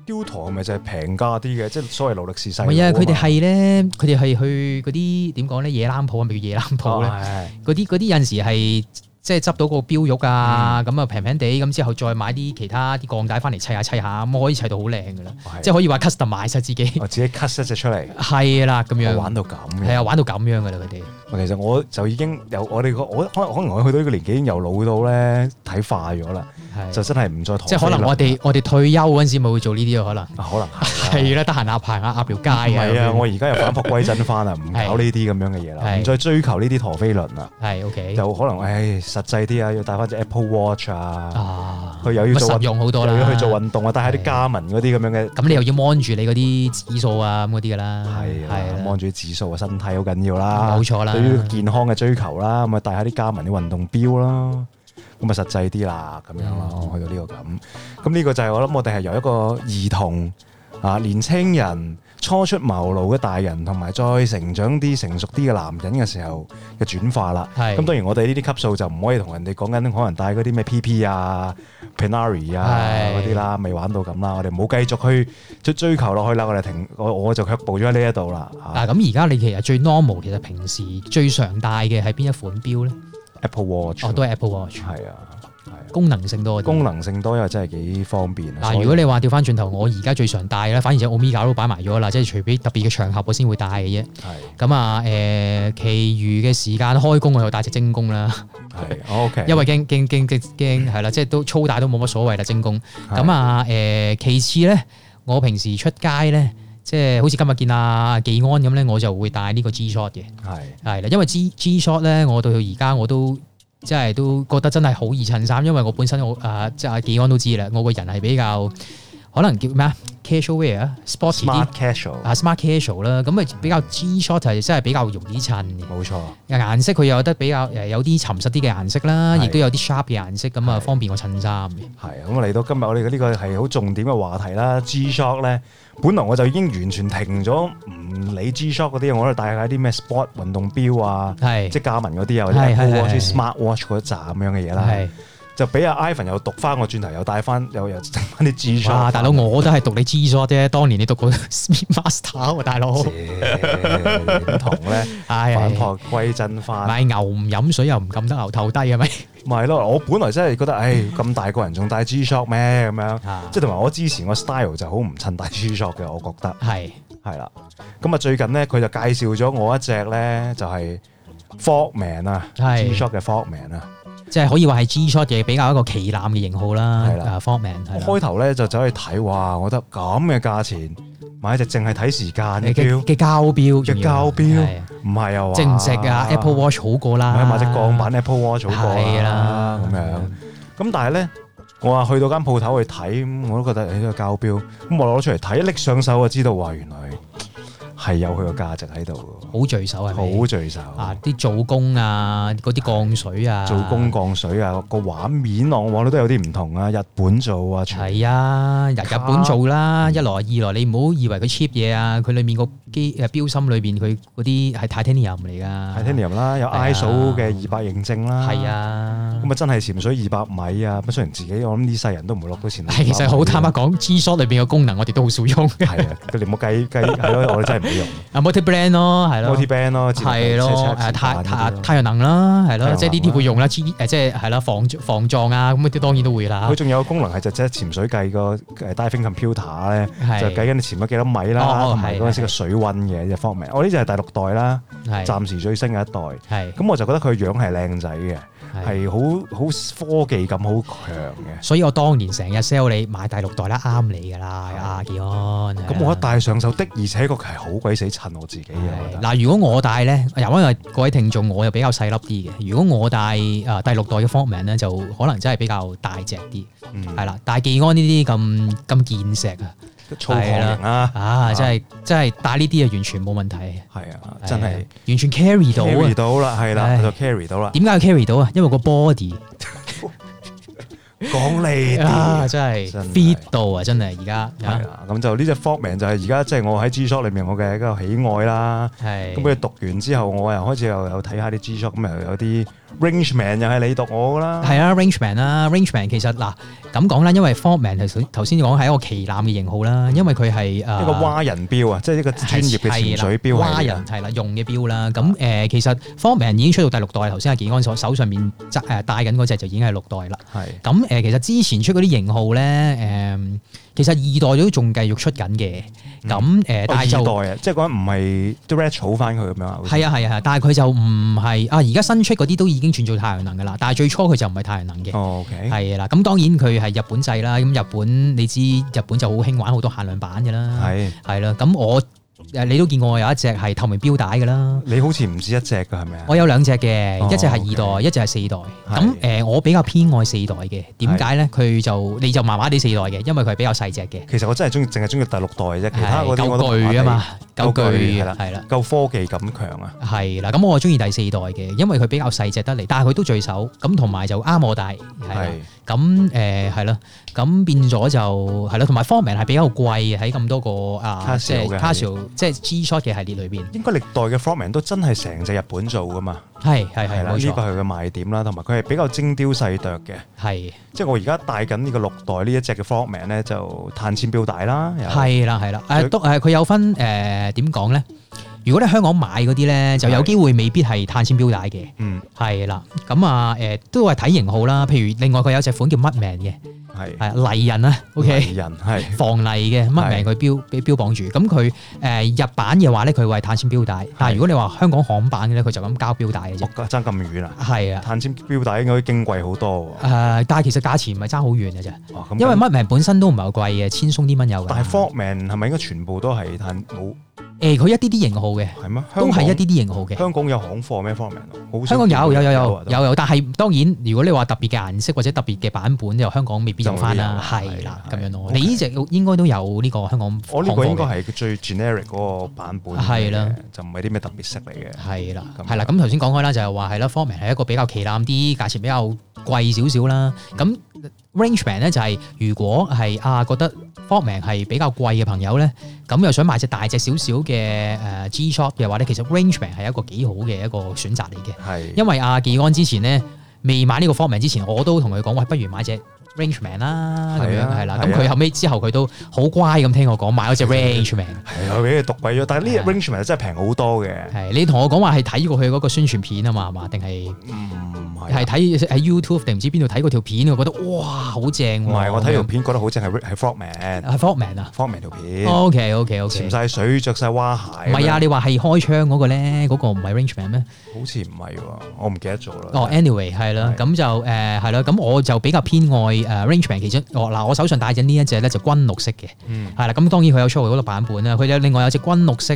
雕陀咪就係平價啲嘅，即係所謂勞力士細
唔
佬嘛。
係啊，佢哋係咧，佢哋係去嗰啲點講咧，夜冷鋪係咪叫夜冷鋪咧？
哦係
嗰啲嗰啲有陣時係即係執到個錶玉啊，
嗯
咁啊平平地，咁之後再買啲其他啲鋼帶翻嚟砌下砌下，咁可以砌到好靚噶啦，
係
即係可以話 custom 買晒自己，
我自己 cut 一隻出嚟，
係啦咁
我
樣
玩，到咁
係
嘅。
啊玩到咁樣噶啦佢哋，
其實我就已經有我哋個我可能可能我去到呢個年紀已經由老到咧睇化咗啦，
係
就真係唔再陀
嗯即係可能
飛輪
我哋我哋退休嗰陣時咪會做呢啲啊，可能
啊可能係啦
係啦，得閒鴨行下鴨條街啊，
係啊，
咁樣
我而家又反璞歸真翻啦，唔搞呢啲咁樣嘅嘢啦，
係
唔再追求呢啲陀飛輪啦。
係 OK
就可能唉實際啲啊，要戴翻隻 Apple Watch 啊，
啊，
佢又要做
咪實
運，
用好
又
多啦，
要去做運動啊，戴喺啲
係
加文嗰啲咁樣嘅，
咁你又要 mon 住你嗰啲指數啊咁嗰啲噶啦，
係啦，
係
望
啦，
住指數啊，身體好緊要啦，
冇錯啦，
對於健康嘅追求啦，咁啊戴下啲加文啲運動錶啦，咁啊實際啲啦，咁樣
嗯
咯，去到呢個咁，咁呢個就係我諗我哋係由一個兒童啊年青人初出茅廬嘅大人，同埋再成長啲成熟啲嘅男人嘅時候嘅轉化啦。
係
咁當然我哋呢啲級數就唔可以同人哋講緊，可能帶嗰啲咩 PP 啊、Panari 啊
係
嗰啲啦，未玩到咁啦。我哋冇繼續去追追求落去啦，我哋停，我我就卻步咗喺呢一度啦。啊
嗱，咁而家你其實最 normal，其實平時最常戴嘅係邊一款錶咧？
Apple Watch，
哦，都係 Apple Watch，
係啊，係啊，
功能性多啲。
功能性多，因為真係幾方便啊。
嗱，如果你話調翻轉頭，我而家最常戴咧，反而就 Omega 都擺埋咗啦，即係除非特別嘅場合我先會戴嘅啫。
係
咁啊，誒，其餘嘅時間開工我又戴隻精工啦，
係 OK，
因為驚驚驚驚驚係啦，即係都粗戴都冇乜所謂啦，精工。咁
啊
啊，誒，其次咧，我平時出街咧，即係好似今日見阿技安咁咧，我就會戴呢個 G Shot 嘅。
係
係啦，因為 G G Shot 咧，我到而家我都即係都覺得真係好易襯衫，因為我本身我啊、即係阿技安都知啦，我個人係比較可能叫咩啊 casual wear 啊 sporty 啲
smart casual，
啊 smart casual 啦，咁啊比較 G Shot 係真係比較容易襯嘅。
冇錯，
顏色佢又有得比較誒有啲沉實啲嘅顏色啦，
係
亦都有啲 sharp 嘅顏色，咁啊
係
方便我襯衫嘅。
係咁啊嚟到今日我哋嘅呢個係好重點嘅話題啦。G Shock 咧，本來我就已經完全停咗唔理 G Shock 嗰啲，我喺度戴下啲咩 sport 運動錶啊。即
係
係加文嗰啲啊，或者
係係
Apple Watch、
係
Smart Watch 嗰扎咁樣嘅嘢啦，
係，
就俾阿 Ivan 又讀翻個轉頭，又帶翻又又整翻啲 G
哇！大佬我都係讀你 G Shot 啫，當年你讀過 Smith Master 喎，大佬 係
唔同咧，反
係
璞歸真翻，
買牛唔飲水又唔撳得牛頭低係咪？
咪係咯？我本來真係覺得，唉，咁大個人仲戴 G Shock 咩咁樣？
啊
即係同埋我之前個 style 就好唔襯戴 G Shock 嘅，我覺得
係
係啦。咁啊，最近咧佢就介紹咗我一隻咧，就係 Frogman 啊
係
，G Shock 嘅 Frogman 啊。
即係可以話係 G Shot 嘅比較一個旗艦嘅型號啦。
係啦
啊 Fortman
我
係啦
開頭咧就走去睇，哇！我覺得咁嘅價錢買一隻淨係睇時間嘅
嘅
錶，
嘅膠錶
嘅
仲要
膠錶
係啊
唔係啊話
值唔值啊？Apple Watch 好過
唔
啦，
係買隻鋼板 Apple Watch 好過啊
係啦
咁樣。咁但係咧，我話去到間鋪頭去睇，咁我都覺得誒呢個膠錶，咁我攞出嚟睇，拎上手就知道話原來係有佢個價值喺度
好聚首
嘅，
係
好
咪？
聚手。
啊！啲做工啊，嗰啲鋼水啊，
做工降水啊，個畫面啊我畫得都有啲唔同啊，日本做啊，全
係啊，日日本做啦，一來二來你唔好以為佢 cheap 嘢啊，佢裡面個機誒標芯裏邊佢嗰啲係 titanium 嚟㗎
Titanium 啦，有
係啊
ISO 嘅二百認證啦，
係啊。
咁啊，真係潛水二百米啊！咁雖然自己我諗呢世人都唔會落到前兩百
係，
米
其
啊。
實好坦白 講，G Shot 裏邊嘅功能我哋都好少用
係啊，佢哋冇計計係咯，我哋真係唔會用。
啊，multi brand 咯，係咯
multi。band 咯，自動
係
車
咯，
車自
誒太太
彈嗰啲咯
太陽能啦，係
太陽
咯，
能啊
即係呢啲會用啦，G 誒即係係啦，防防撞啊，咁嗰啲當然都會啦
佢，仲有個功能係就即係潛水計個誒 diving computer 咧，就計
係
緊你潛咗幾多米啦，
哦
同埋
係
嗰陣時個水温嘅就方面。我呢就係第六代啦，
係
暫時最新嘅一代。
係
咁我就覺得佢樣係靚仔嘅，係好好科技感好強嘅。
所以我當年成日 sell 你買第六代啦，啱你噶啦，啊阿健安。
咁我一戴上手的，而且確係好鬼死襯我自己嘅，我覺得
係哎嗱，如果我帶咧，又因為各位聽眾我又比較細粒啲嘅，如果我帶啊、第六代嘅 Forman 咧，就可能真係比較大隻啲，
嗯
係啦。但係技安呢啲咁咁健碩啊，
粗犷型啦，
啊，真係真係帶呢啲啊，完全冇問題，
係啊，真係
完全 carry 到
carry
啊！
到啦，係啦，
唉
就 carry 到啦。
點解要 carry 到啊？因為個 body
講你
啊，
啲。
真係
真係
fit 到啊，真係而家
係
啊
啦，咁就呢只 Fogman 就係而家即係我喺 G Shock 裏面我嘅一個喜愛啦。
係
咁佢讀完之後，我又開始又有睇下啲 G Shock，咁又有啲 Rangeman 又係你讀我㗎啦。
係啊，Rangeman 啦，Rangeman 其實嗱咁講啦，因為 Forman 頭先頭先講係一個旗艦嘅型號啦，因為佢係誒
一個蛙人標啊，即係一個專業嘅潛水標
蛙
嚟
人
嘅。
啊係啦，用嘅標啦。咁誒、呃其實 Forman 已經出到第六代，頭先阿健安所手上面揸誒戴緊嗰只就已經係六代啦。
係
咁誒、呃其實之前出嗰啲型號咧，誒、其實二代都仲繼續出緊嘅。咁誒、呃但係就
嗯哦二代啊，即係講唔係 direct 儲翻佢咁樣啊。好似
係啊係啊係啊，但係佢就唔係啊，而家新出嗰啲都已經轉做太陽能噶啦，但係最初佢就唔係太陽能嘅。
哦，OK，
係啊啦，咁當然佢係日本製啦，咁日本你知日本就好興玩好多限量版嘅啦，
係
係啦，咁我誒你都見過我有一隻係透明錶帶嘅啦。
你好似唔止一隻㗎，係咪啊？
我有兩隻嘅，
哦
一隻係二
OK
代，一隻係四代。咁誒、呃我比較偏愛四代嘅，點解咧？佢就你就麻麻地四代嘅，因為佢係比較細隻嘅，
其實我真係中意，淨係中意第六代啫，其他
係
嗰啲我都
夠巨啊嘛，夠
夠
巨
巨係啦麻麻
係啦。
地，夠科技感強啊。
係啦，咁我中意第四代嘅，因為佢比較細隻得嚟，但係佢都聚手，咁同埋就啱我戴，係啊啦
係。
咁誒係咯，咁變咗就係咯，同埋 Forman 係比較貴嘅喺咁多個啊，即
Casio
係
嘅
Casio 即係 G Shot 嘅系列裏邊，
應該歷代嘅 Frogman 都真係成隻日本做噶嘛，
係係係
係啦，
冇
呢個
錯，
係佢嘅賣點啦，同埋佢係比較精雕細琢嘅。
係
即係我而家戴緊呢個六代呢一隻嘅 Frogman 咧，就碳纖表帶啦，又
係啦係啦，誒
佢
都誒佢有分誒點講咧？如果你香港買嗰啲咧，就有機會未必係碳纖錶帶嘅，
嗯
係啦。咁啊誒都係睇型號啦，譬如另外佢有隻款叫 Mud Man 嘅，
係
係啊泥人啊，OK。
迷人係
防泥嘅乜名佢標俾標榜住，咁佢誒日版嘅話咧，佢會係碳纖標帶，但係如果你話香港行版嘅咧，佢就咁膠標帶嘅啫
我，覺得爭咁遠啊！
係啊。
碳纖表帶應該矜貴好多
誒、但係其實價錢唔係爭好遠嘅啫，
喎，哇咁
因為乜名本身都唔係好貴嘅，千鬆啲蚊有㗎。
但係 Frogman 係咪應該全部都係碳冇
誒，佢一啲啲型號嘅，
係咩？
都係
香
一
港
啲啲型號嘅。
香港有行貨咩 Frogman？啊
香港有有有有
有啊
有有，但係當然，如果你話特別嘅顏色或者特別嘅版本，就香港未必有翻啦，
就未必有
係啦
嗯係
咁樣咯。
係
你呢只應該都有呢個香港行
我呢個
貨
應該
嘅
係最 generic 嗰個版本嚟嘅，
係啦
就唔係啲咩特別色嚟嘅。
係啦，
咁
係啦，咁頭先講開啦，就係話係啦，Forman 係一個比較旗艦啲，價錢比較貴少少啦。咁呃 Rangeman 咧就係如果係啊覺得 Forman 係比較貴嘅朋友咧，咁又想買只大隻少少嘅誒 G Shop 嘅話咧，其實 Rangeman 係一個幾好嘅一個選擇嚟嘅，
係
因為阿技安之前咧未買呢個 Forman 之前，我都同佢講，喂，不如買只。Rangeman 啦，咁
係
樣
啊
係啦，
係
咁
啊
佢後尾之後佢都好乖咁聽我講買咗只 Rangeman。
係啊，俾佢讀貴咗，但係呢
係
隻 Rangeman 真係平好多嘅，
係你同我講話係睇過佢嗰個宣傳片啊嘛，係嘛？定係
嗯唔啊
係
係。
睇喺 YouTube 定唔知邊度睇過條片，我覺得哇好正喎！
唔係，我睇條片覺得好正，係係 Frogman
係 Frogman 啊
Frogman 條片，
，OK OK
潛
OK，
晒水，着晒蛙
唔
鞋。
係啊，，你話係開槍嗰個咧，嗰個唔係 Rangeman 咩？
好似唔係喎，我唔記得咗啦。
哦，anyway 係啦，
係
咁就誒係啦，咁我就比較偏愛誒 Rangeman 其中，我嗱我手上戴緊呢一隻咧就軍綠色嘅，
嗯，
係啦，咁當然佢有出好多版本啦，佢有另外有隻軍綠色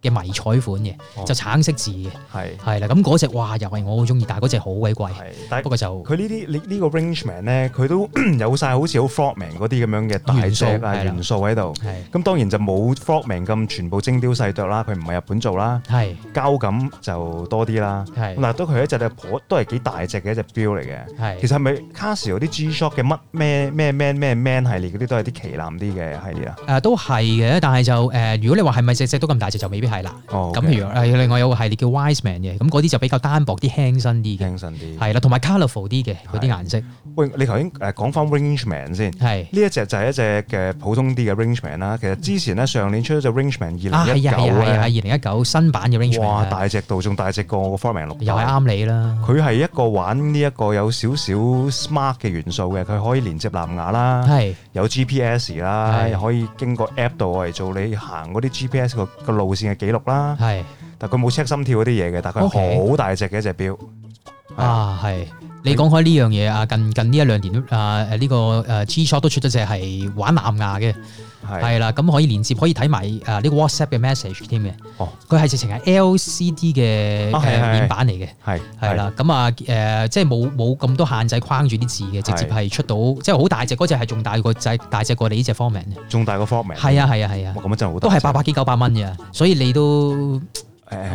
嘅迷彩款嘅，
哦
就橙色字嘅，
係
係啦，咁嗰只哇又係我好中意，但係嗰只好鬼貴，
係，但
不
係
過就
佢呢啲呢呢個 Rangeman 咧，佢都 有晒好似好 Frogman 嗰啲咁樣嘅大
元素
隻
係
啊
啦
元素喺度。
係
咁當然就冇 Frogman 咁全部精雕細琢啦，佢唔係日本做啦，
係
膠感就多啲啦。
係
咁但係都佢一隻咧頗都係幾大隻嘅一隻錶嚟嘅。
係
其實係咪 Casio 啲 G Shock 嘅乜咩咩咩咩 Man 系列嗰啲都係啲旗艦啲嘅系列啊？
誒、呃都係嘅，但係就誒、如果你話係咪隻隻都咁大隻就未必係啦。
哦，
咁譬如誒、呃另外有個系列叫 Wise Man 嘅，咁嗰啲就比較單薄啲、輕身啲嘅，
精神啲。
係啦，同埋 colourful 啲嘅嗰啲顏色，
喂，你頭先誒講翻 Rangeman 先，呢
係
一隻就係一隻嘅普通啲嘅 Rangeman 啦。其實之前咧上年出咗隻 Rangeman
啊，
二
係
零
啊，
一
係
九
啊，係啊，二
咧，
零一九新版嘅 Range
哇
Man 啊
大隻到仲大隻過我個 Forman 六代，
又係啱你啦，
佢係一個玩呢一個有少少 smart 嘅元素嘅，佢可以連接藍牙啦，
係
有 GPS 啦，
係
又可以經過 app 度嚟做你行嗰啲 GPS 個個路線嘅記錄啦。
係
但佢冇 check 心跳嗰啲嘢嘅，但佢係
OK
好大隻嘅一隻錶。係啊
啊係，你講開呢樣嘢啊，近近呢一兩年啊誒呢個誒 G Shot 都出咗隻係玩藍牙嘅，
係
係啦，咁可以連接可以睇埋誒呢個 WhatsApp 嘅 message 添嘅。
哦，
佢係直情係 LCD 嘅
啊係
誒
係係
面板嚟嘅。
係
係啦，咁啊誒，即係冇冇咁多限制框住啲字嘅，直接係出到，即係好大隻嗰只係仲大過仔，大隻過你呢只 Forman 嘅。
仲大過 Fortman。
係啊係啊係啊
哇，，哦咁樣真係好
都
大
係
隻，
八百幾九百蚊嘅，所以你
誒。
都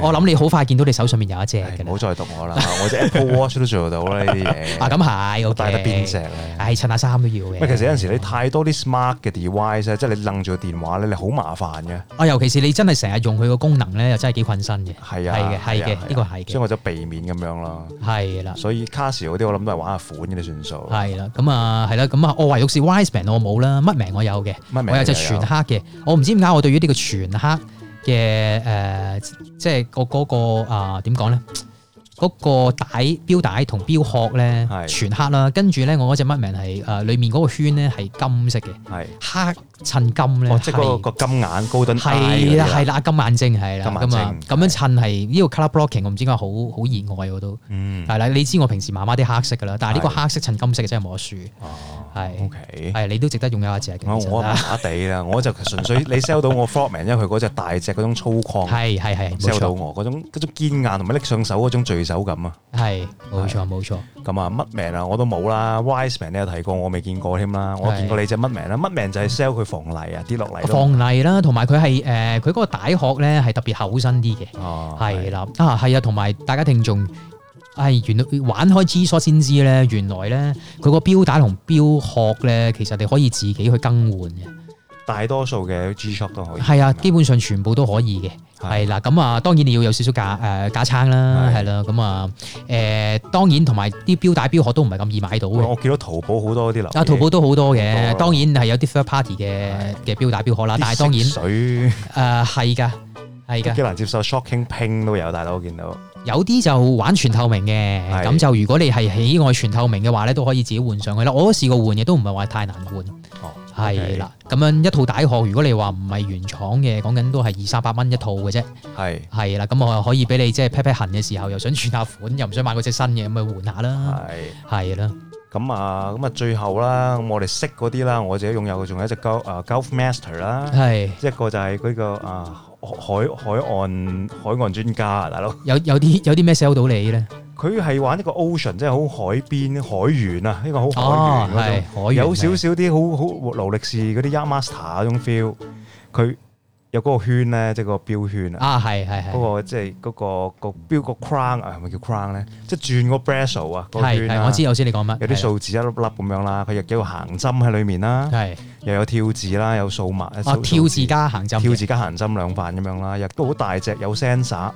我諗你好快見到你手上面有一隻
唉
嘅
唔
啦
好。再讀我啦，我隻 Apple Watch 都做到啦呢啲嘢。
啊，咁係，
我
o
戴得邊隻
隻？
咧？
唉，襯下衫都要嘅。
喂，其實有陣時你太多啲 smart 嘅 device
嗯
咧，即係你楞住個電話咧，你好麻煩嘅。
啊，尤其是你真係成日用佢個功能咧，又真係幾困身嘅。
係啊，
係嘅係嘅
啊啊
呢個係嘅
所以我就避免咁樣啦。
係啦。
所以 Casio 嗰啲我諗都係玩下款嘅啲算數。
係啦，咁啊，係啦，咁啊，我唯獨是 Wiseman 我冇啦，乜名我有嘅，
乜名
我有隻
你又有
全黑嘅，我唔知點解我對於呢個全黑嘅誒、呃即係個嗰個啊點講咧？嗰個帶錶帶同錶殼咧
係
全黑啦，跟住咧我嗰只乜名係誒裏面嗰個圈咧係金色嘅，
係，
黑襯金咧
哦，即係嗰
係
個個金眼 Golden Eye
係
嗰啲
啦
啊
係啦金眼睛係啦
金眼
咁啊
睛
咁樣襯係呢個 colour blocking 我唔知點解好好熱愛我都
嗯，
係啦，你知我平時麻麻啲黑色噶啦，但係呢個
係
黑色襯金色嘅真係冇得輸。
哦
係
，OK。
係，你都值得擁有一隻嘅。
我
其實
我麻
啊
麻地啦，我就純粹你 sell 到我 Frogman，因為佢嗰隻大隻嗰種粗犷
係係係，冇
sell 到
錯，
我嗰種嗰種堅硬同埋拎上手嗰種聚手感啊！
係冇錯冇錯，
咁啊，乜名啊我都冇啦，Wiseman 你有提過，我未見過添啦，我
係
見過你隻乜名啦，乜名就係 sell 佢防泥啊，跌落嚟咯。
放例啦，同埋佢係誒佢嗰個帶殼咧係特別厚身啲嘅，
哦，
係啦啊係啊，同埋大家聽眾。係原來玩開 G s 先知咧，原來咧佢個錶帶同錶殼咧，其實你可以自己去更換嘅。
大多數嘅 G Shock 都可以。
係啊，基本上全部都可以嘅。係啦，咁啊，當然你要有少少架誒架撐啦，
係
係啦，咁啊誒，當然同埋啲錶帶錶殼都唔係咁易買到嘅
我。我見到淘寶好多啲流。
啊，淘寶都好多嘅
哦好，多
當然係有啲 third party 嘅嘅標打標殼啦，但係當
水
然誒係㗎，係
幾
㗎，
難接受，shocking pink 都有，大佬我見到。
有啲就玩全透明嘅，
係
咁就如果你係喜愛全透明嘅話咧，都可以自己換上去啦。我都試過換嘅，都唔係話太難換，
哦，
係啦。咁樣一套帶殼，如果你話唔係原廠嘅，講緊都係二三百蚊一套嘅啫，
係。
係啦。咁我可以俾你即係 pat pat 痕嘅時候，又想轉下款，又唔想買嗰隻新嘅，咁咪換下啦，
係。
係啦。
咁啊，咁啊，最後啦，咁我哋識嗰啲啦，我自己擁有嘅仲有一隻 Golf 啊 Golf Master 啦，
係
一個就係嗰個啊海海岸海岸專家啊，大佬。
有有啲有啲咩 sell 到你咧？
佢係玩一個 ocean，即係好海邊海員啊，呢個好
哦，
海
係
員嗰
海
種，
洋
有
嚟
少少啲好好勞力士嗰啲 Yamaster 嗰種 feel。佢有嗰個圈咧，即係嗰個標圈啊，
啊，係係係。
嗰個即係嗰個個標個 crown 啊，係咪叫 crown 咧？即係轉個 brasso 啊，嗰個
係
圈
係，
啊
我知我知你講乜，
有啲數字一粒粒咁樣啦，佢亦有個行針喺裡面啦，
係
又有跳字啦，有數碼，
啊，
數
跳
數
字加行針嘅，
跳字加行針兩瓣咁樣啦，亦都好大隻，有 sensor。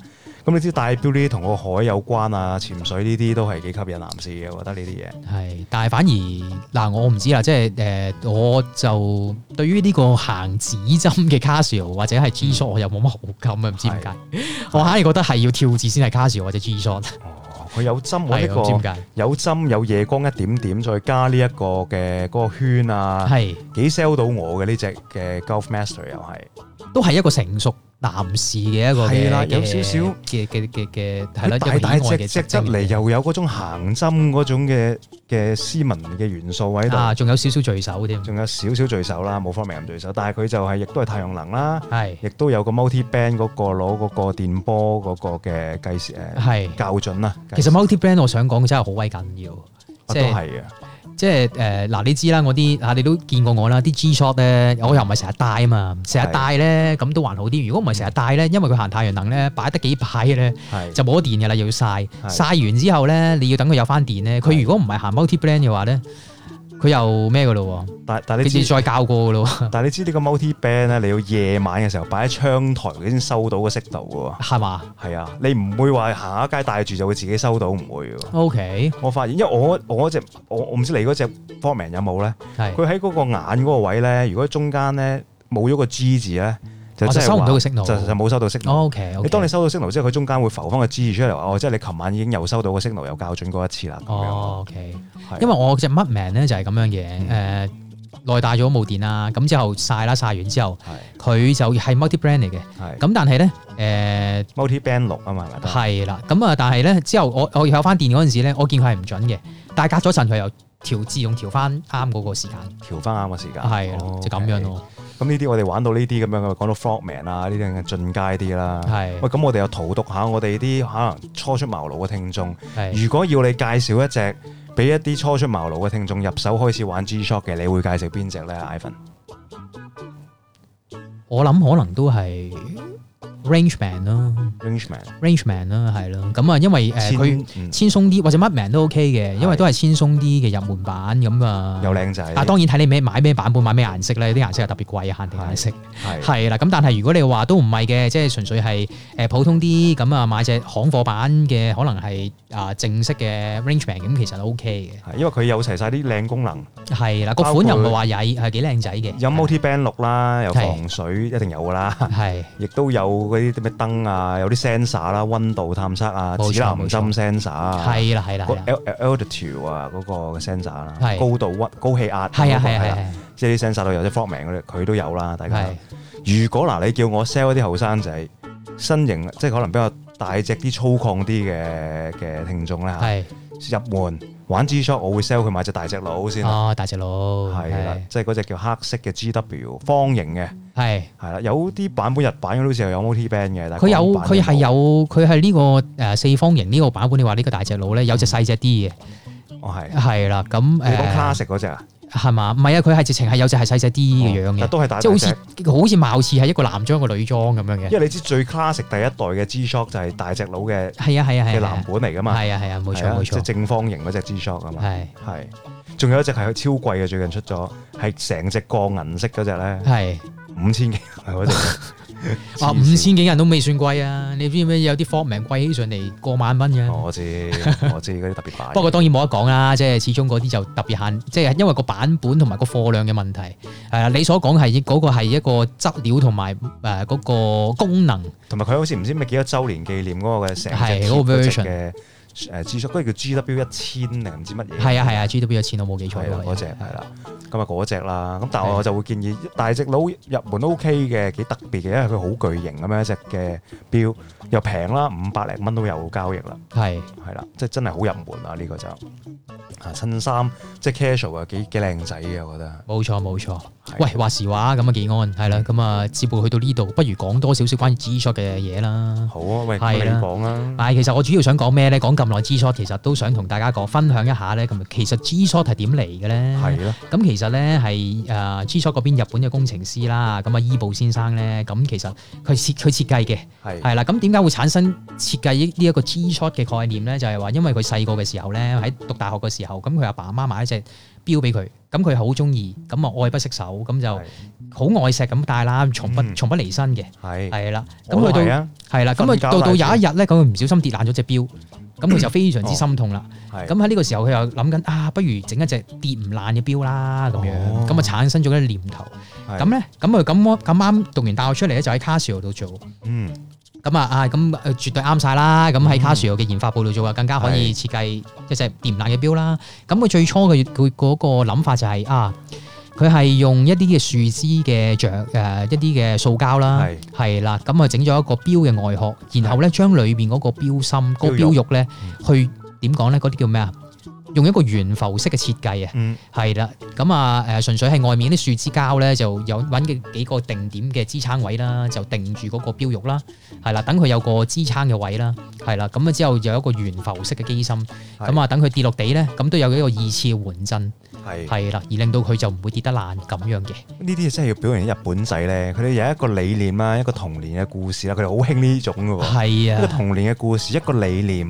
咁你知戴錶呢啲同個海有關啊，潛水呢啲都係幾吸引男士嘅，我覺得呢啲嘢。
係，但係反而嗱，我唔知啦，即係誒，我就對於呢個行指針嘅 Casio 或者係
嗯
G Shot，我又冇乜好感啊，唔知點解，我硬係覺得係要跳字先係 Casio 或者 G Shot，
哦，佢有針，我呢
係我唔知
個
點解，
有針有夜光一點點，再加呢一個嘅嗰個圈啊，
係
幾 sell 到我嘅呢只嘅 Golf Master 又係。
都係一個成熟男士嘅一個嘅
係啦
嘅
有少少
嘅嘅嘅嘅係
佢
啦，一
大
個
大
意
隻
外嘅
隻
特
得
徵
嚟，又有嗰種行針嗰種嘅嘅斯文嘅元素喺
啊，
度，
仲有少少聚首添，
仲有少少聚手啦，冇方面咁聚手，但係佢就係亦都係太陽能啦。
係
亦都有個 multi band 嗰個攞嗰個電波嗰個嘅計時誒
係。
校準啊啦。
其實 multi brand 我想講真係好鬼緊要，
我
即
哦都
係。
係嘅，
即係誒嗱，你知啦，我啲啊，你都見過我啦，啲 G shot 咧，我又唔係成日戴啊嘛，成日戴咧咁都還好啲。如果唔係成日戴
嗯
咧，因為佢行太陽能咧，擺得幾排咧
係
就冇得電㗎啦，又要曬曬完之後咧，你要等佢有翻電咧。佢
係
如果唔係行 multi brand 嘅話咧，佢又咩㗎咯喎？
但但你
佢要
知
再教過㗎咯喎，
但你知呢個 multi band 咧，你要夜晚嘅時候擺喺窗台佢先收到個色度
係嘛
嘅喎。係啊，你唔會話行下街帶住就會自己收到，唔會嘅。
？OK，
我發現，因為我我嗰隻我我唔知你嗰隻 Forman 有冇咧，
係，
佢喺嗰個眼嗰個位咧，如果中間咧冇咗個 G 字咧，就
我
真係
就收唔
話
到個
就就
signal。
冇收到色。
OK，
你當你收到 signal 之後，佢中間會浮翻個字出嚟話，哦，即係你琴晚已經又收到個 signal，又校準過一次啦。咁樣，
哦 OK。
係
因為我隻 Mudman 咧就係咁樣嘅，誒、
嗯
內帶咗冇電啊，咁之後晒啦，晒完之後
係
佢就係 multi brand 嚟嘅，
係
咁但係咧誒
multi band 六啊嘛，係咪都係
係啦，咁啊但係咧之後我我有翻電嗰陣時咧，我見佢係唔準嘅，但係隔咗陣佢又調自動調翻啱嗰個時間，
調翻啱嘅時間，
係啦
哦
就咁樣。
OK
咯，
咁呢啲我哋玩到呢啲咁樣嘅，講到 frogman 啊，呢啲更進階啲啦。
係
喂，咁我哋又荼毒下我哋啲可能初出茅廬嘅聽眾。
係
如果要你介紹一隻俾一啲初出茅廬嘅聽眾入手開始玩 G-Shock 嘅，你會介紹邊只咧？Ivan
我諗可能都係 rangeman 咯
Rangeman
，rangeman 啦係咯，咁啊因為誒
千
佢
嗯
千鬆啲或者乜 man 都 OK 嘅，因為都係千鬆啲嘅入門版咁啊。
又靚仔，
但當然睇你咩買咩版本買咩顏色咧，啲顏色係特別貴啊嘅限定顏色
係
係啦。咁但係如果你話都唔係嘅，即係純粹係誒普通啲咁啊，買隻行貨版嘅可能係啊正式嘅 Rangeman 咁，其實 O K
係因為佢有齊晒啲靚功能，
嘅。係啦，個
包括
款又唔係話曳，係幾靚仔嘅。
有 multi band 六啦，有
係
防水一定有噶啦，
係
亦都有嗰啲咩燈啊，有啲 sensor 啦，温度探測啊，
冇錯
指南
冇
針
錯
sensor 啊。
係啦係啦
個
係啦
al- al- altitude 啊，嗰個 sensor 啦，
係
高度屈高氣壓嗰個，
係啊係啊係
啦
啊
即係啲 sensor 度有啲 frog 名嗰啲，佢都有啦，大
係啊
家
係
都。如果嗱，你叫我 sell 一啲後生仔身形，即係可能比較大隻啲、粗犷啲嘅嘅聽眾啦，
係啊
入門玩 G Shock，我會 sell 佢買隻大隻佬先啦，
哦大隻佬
係啦
係，
即係嗰只叫黑色嘅 G W 方形嘅，
係
係啦，有啲版本日版嗰啲好似有 multi band 嘅，但係
佢
港
有
版
佢係
冇
有佢係呢個誒四方形呢個版本，你話呢個大隻佬咧有隻細隻啲嘅
哦係，
係啦，咁
你講
誒
classic 嗰隻啊，哦
係嘛？唔係啊，佢係直情係有隻係細隻啲嘅樣嘅
但。都係大
即係好
隻
似。好似貌似係一個男裝一個女裝咁樣嘅。
因為你知最 classic 第一代嘅 G Shock 就係大隻佬嘅
係啊係啊係啊。
嘅藍本嚟噶嘛，
係啊係啊，冇
係
錯
啊
冇
即係
錯。
正方形嗰只 G Shock 啊嘛，
係
係。仲有一隻係超貴嘅，最近出咗，係成隻鋼銀色嗰只 咧，
係
五千幾嗰只。
啊，
黐
五
線
千幾人都未算貴啊！你知唔知有啲科名貴起上嚟過萬蚊嘅？
我知，我知嗰啲特別大。
不過當然冇得講啦，即係始終嗰啲就特別限，即係因為個版本同埋個貨量嘅問題。係啊啦，你所講係嗰個係一個質料同埋誒嗰個功能
同埋佢好似唔知咩幾多週年紀念嗰個嘅成
係
隻
嗰個
鐵嘅呃誒 G Shock，嗰個叫 G W 一千定唔知乜嘢。
係啊係啊，G W 嘅錢我冇記錯
係
嘅
啦，
話
嗰只係啦，咁啊嗰只啦，咁但係
係啊
我就會建議大隻佬入門 O K 嘅，幾特別嘅，因為佢好巨型咁樣一隻嘅錶，又平啦，五百零蚊都有交易啦，
係
係啦，即係真係好入門啦呢、個就啊襯衫即係 casual 啊，幾幾靚仔嘅，我覺得。
冇錯冇
係
錯。
嗯
喂，話時話咁啊，幾安係啦，咁啊，接報去到呢度，不如講多少少關於 G Shock 嘅嘢啦。
好啊，喂，咁
係
你
啦
講啦，
但係其啊實我主要想講咩咧？講咁耐 G Shock，其實都想同大家講分享一下咧。咁啊其實 G Shock 係點嚟嘅咧？
係啦，
咁其實咧係誒 G Shock 嗰邊日本嘅工程師啦，咁啊伊部先生咧，咁其實佢設佢設計嘅
係
係啦。咁點解會產生設計呢一個 G Shock 嘅概念咧？就係話因為佢細個嘅時候咧，喺讀大學嘅時候，咁佢阿爸阿媽買一隻錶俾佢，咁佢好中意，咁啊愛不釋手，咁就
係
好愛錫咁戴啦，從不
嗯
從不離身嘅，
係，
係啦。
我
咁
都
去到
係啊，
係啦，
瞓
咁佢
覺
到到有
戴住
一日咧，咁佢唔小心跌爛咗隻錶，咁佢就非常之心痛啦。
係
咁喺呢個時候，佢又諗緊啊，不如整一隻跌唔爛嘅錶啦，咁樣
哦
咁啊產生咗一個念頭。
係
咁咧，咁佢咁啱咁啱讀完大學出嚟咧，就喺 Casio 度做。
嗯
咁啊啊，咁誒絕對啱晒啦。咁喺
嗯
Casio 嘅研發部度做啊，更加可以設計一隻掂爛嘅錶啦。咁佢最初嘅佢嗰個諗法就係、啊，佢係用一啲嘅樹枝嘅橡誒一啲嘅塑膠啦
係，
係啦，咁啊整咗一個錶嘅外殼，然後咧將裏邊嗰個錶芯、嗰個
錶
錶
肉嗯
肉咧，去點講咧？嗰啲叫咩啊？用一個懸浮式嘅設計啊！
嗯
係啦，咁啊誒，純粹係外面啲樹枝膠咧，就有揾嘅幾個定點嘅支撐位啦，就定住嗰個標肉啦，係啦，等佢有個支撐嘅位啦，係啦，咁啊之後有一個懸浮式嘅機芯，
係
咁啊等佢跌落地咧，咁都有一個二次緩震，
係。
係啦，而令到佢就唔會跌得爛咁樣嘅，
呢啲真係要表現日本仔咧，佢哋有一個理念啊啦，一個童年嘅故事啦，佢哋好興呢種嘅喎。
係
一個
啊，
童年嘅故事，一個理念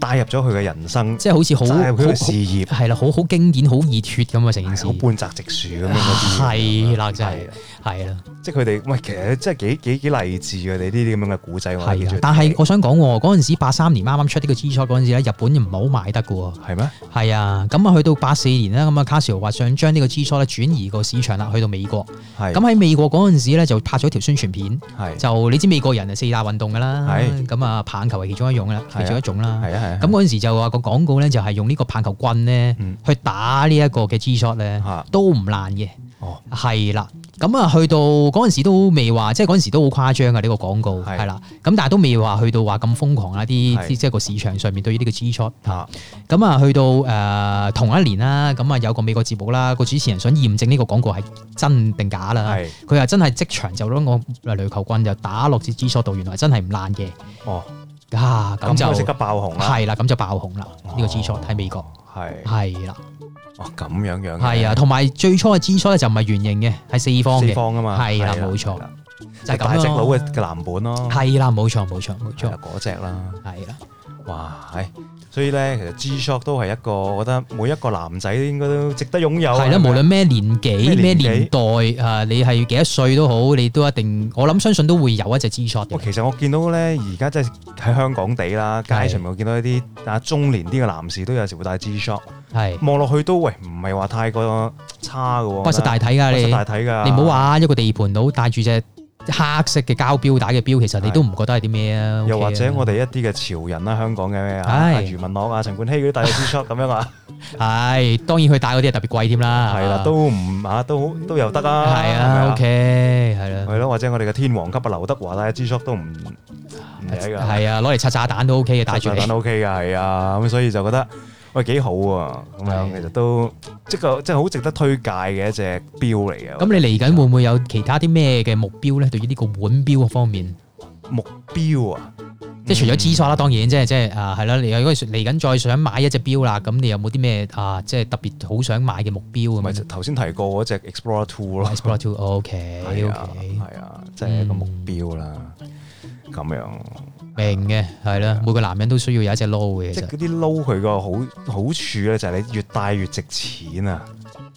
帶入咗佢嘅人生，
即係好似好
帶入佢嘅事
好
業，
係啦，好好經典、好熱血咁啊，成件事
係好半澤直樹咁樣嗰啲。
係啦真係
係啊，
係啦。
即係佢哋喂，其實真係幾幾幾勵志嘅，你呢啲咁樣嘅古仔我
係啊，但係我想講喎，嗰陣時八三年啱啱出呢個 G Shock 嗰陣時咧，日本唔係好賣得嘅喎。
係咩？
係啊，咁啊去到八四年啦，咁啊 Casio 話想將呢個 G Shock 咧轉移個市場啦，去到美國。
係
咁喺美國嗰陣時咧就拍咗條宣傳片，
係
就你知美國人啊四大運動㗎啦，
係
咁啊棒球係其中一樣啦，
係啊
其中一種啦。
係啊係啊
咁嗰陣時就話個廣告咧就係用呢個棒球棍咧
嗯
去打呢一個嘅 G Shock 咧
嚇
都唔爛嘅，
哦，
係啦，咁啊，去到嗰陣時都未話，即係嗰陣時都好誇張嘅呢、個廣告，
係
係啦，咁但係都未話去到話咁瘋狂啦，啲
係
即即係個市場上面對於呢個 G shot
啊
咁啊，去到誒、呃同一年啦，咁啊有個美國節目啦，個主持人想驗證呢個廣告係真定假啦，
係，
佢又真係即場就攞個壘球棍就打落支 G shot 度，原來真係唔爛嘅，
哦，
啊咁
咁就即
就
刻爆紅啦，哦
係啦，咁就爆紅啦，呢、個 G shot 喺美國
係，
係啦，
哦咁樣樣嘅，
係啊，同埋最初嘅 G shot 咧就唔係圓形嘅，係四方
四
嘅。
方啊嘛，
係啦
係
冇錯
係啦
就係咁
大隻佬
咯
嘅嘅藍本咯，
係啦，冇錯冇錯冇
係
錯
啦，嗰只啦。
係啦，
哇，係，所以咧，其實 G Shock 都係一個，我覺得每一個男仔應該都值得擁有。
係
係
啦，
咪
無論咩年紀、
啊咩
咩
年紀
年代，啊，你係幾多歲都好，你都一定，我諗相信都會有一隻 G shot
哇，
嘅，
其實我見到咧，而家即係喺香港地啦，
係
街上面我見到一啲啊中年啲嘅男士都有時會戴 G Shock，
係
望落去都喂唔係話太過差嘅喎。
不實大體㗎
不實
你
大。體㗎，
你唔好話啊一個地盤佬戴住隻黑色嘅膠錶帶嘅錶，其實你都唔覺得係啲咩啊？
又
OK 啊
或者我哋一啲嘅潮人啦，香港嘅咩啊，
係
阿余文樂啊、陳冠希嗰啲戴 G Shock 咁樣啊，
係當然佢戴嗰啲係特別貴添啦，
係啦，都唔啊都都有得啊，
係
咪
啊，OK，係啊啦，
係咯，或者我哋嘅天王級啊，劉德華戴 G Shock 都唔唔曳㗎。
係啊，攞嚟拆炸彈都 OK 嘅，戴住
實在
你
等得 OK 㗎，係啊，咁所以就覺得喂幾好喎，咁樣
係
其實都即個即係好值得推介嘅一隻錶嚟嘅。
咁你嚟緊會唔會有其他啲咩嘅目標咧？對於呢個腕錶方面？
嗯目標啊，
即係除咗支
嗯
索啦，當然即係即係啊，係啦，你如果嚟緊再想買一隻錶啦，咁你有冇啲咩啊，即係特別好想買嘅目標
咪
咁
就
樣
頭先提過嗰隻 Explorer Two 咯，
？Explore Two，OK
係啊
OK，嗯
係啊，即係一個目標啦。咁樣，
明嘅係啦，每個男人都需要有一隻撈嘅，
啊即
其
係
實
嗰啲撈佢個好好處咧，就係你越戴越值錢啊！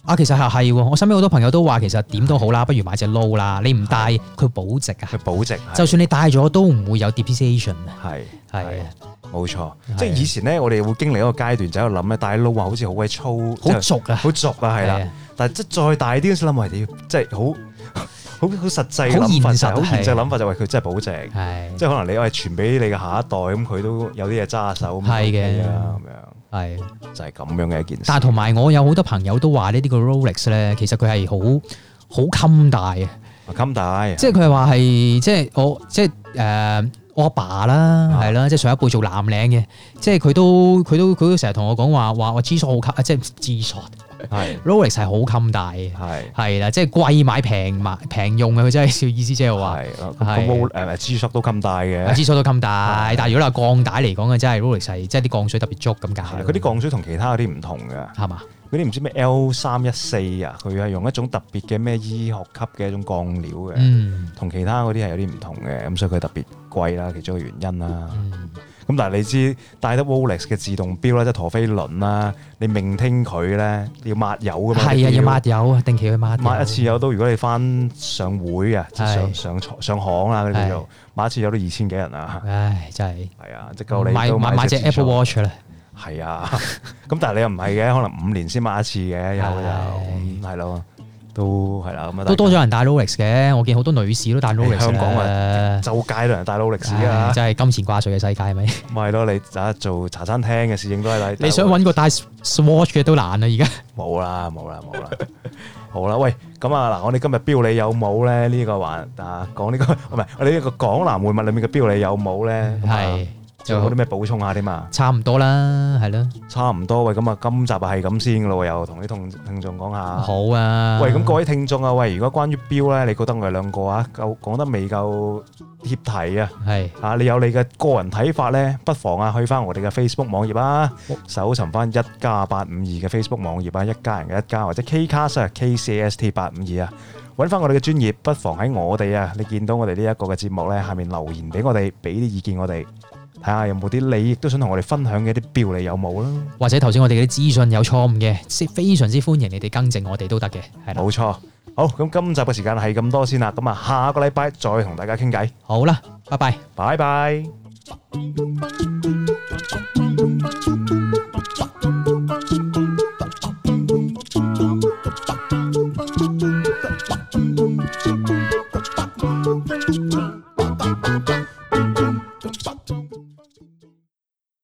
啊，其實係係喎，我身邊好多朋友都話其實點都好啦，不如買隻撈啦，你唔戴佢保值啊
佢，保值
就
係
算你戴咗都唔會有 depreciation 啊，
係
係啊，
冇錯
係啊。
即係以前咧，我哋會經歷一個階段，就喺度諗咧，戴撈啊，好似好鬼粗，
好俗啊，
好俗啊，係啦
係。啊，
但係即係再大啲嗰時諗，喂，屌，即係好 好好實際嘅
好
諗法就係，
現實
好現
係
實諗法就係，喂，佢真係保值，
係
即係可能你喂傳俾你嘅下一代，咁佢都有啲嘢揸手，咁
係嘅
係啊，咁
係。
樣就係咁樣嘅一件事。
但係同埋我有好多朋友都話呢啲個 Rolex 咧，其實佢係好好襟戴啊嘅，
襟帶，
即係佢係話係即係我即係誒、呃我阿爸啦，
啊
係啦，即係上一輩做藍領嘅，即係佢都佢都佢都成日同我講話話我 G s h o 好襟，啊即係 G s h o
係
Rolex 係好襟戴嘅，
係
係啦，即係貴買平買平用嘅，佢真係意思即係話。
係咁
係
咁誒 G Shock 都襟帶
啊
嘅，
支數都咁大，但係如果你話鋼帶嚟講嘅，真係 Rolex 係即係啲鋼水特別足咁解
係
咯。
佢啲鋼水同其他嗰啲唔同嘅，
係嘛？
嗰啲唔知咩 L 三一四啊，佢係用一種特別嘅咩醫學級嘅一種鋼料嘅，
嗯
同其他嗰啲係有啲唔同嘅，咁所以佢特別貴啦，其中一個原因啦。
嗯，
咁但係你知戴得 Rolex 嘅自動錶啦，即係陀飛輪啦，你命聽佢咧要抹油噶嘛？
係啊，
啲錶
要抹油啊，定期去抹油
抹一次油都，如果你翻上會啊，即係上
係
上上上行啊啦，嗰啲叫做抹一次油都二千幾人啊，
唉，真係
係啊，即夠你
買
都
買買
買
隻 Apple Watch 啦，
係啊，咁但係你又唔係嘅，可能五年先抹一次嘅，有
係
就係咯，都係啦，咁啊
都多咗人戴 Rolex 嘅，我見好多女士都戴 Rolex 啦
香港啊，周街都有人戴 Rolex
唉
啊，
真係金錢掛帥嘅世界 係咪？
咪係咯，你啊做茶餐廳嘅侍應都係戴，
你想揾個戴 Swatch 嘅都難啊，而家
冇啦，冇啦，冇啦。好啦，喂，咁啊嗱，我哋今日標你有冇咧？呢、個環啊，講呢、個 唔係我哋呢個港南會物裏面嘅標你有冇咧？咁啊
係
仲有冇啲
就
咩補充下添啊？
差唔多啦，係咯，
差唔多喂，咁啊，今集啊係咁先噶咯喎，又同啲同聽眾講下。
好啊。
喂，咁各位聽眾啊，喂，如果關於標咧，你覺得我哋兩個啊夠講得未夠貼題啊？
係
啊！你有你嘅個人睇法呢，不妨啊去翻我哋嘅 Facebook 網頁啊
好，
搜尋翻一家八五二嘅 Facebook 網頁啊，一家人嘅一家或者 Kcast 啊，Kcast 八五二啊，揾翻我哋嘅專頁，不妨喺我哋啊，你見到我哋呢一個嘅節目呢，下面留言俾我哋，俾啲意見我哋，睇下有冇啲你亦都想同我哋分享嘅啲標，你有冇啦？
或者頭先我哋嘅啲資訊有錯誤嘅，即非常之歡迎你哋更正我哋都得嘅，係啦。
冇錯，好咁，今集嘅時間係咁多先啦，咁啊，下個禮拜再同大家傾偈，
好啦，拜拜。
拜拜。
Hãy subscribe cho kênh Ghiền Mì Gõ Để không bỏ lỡ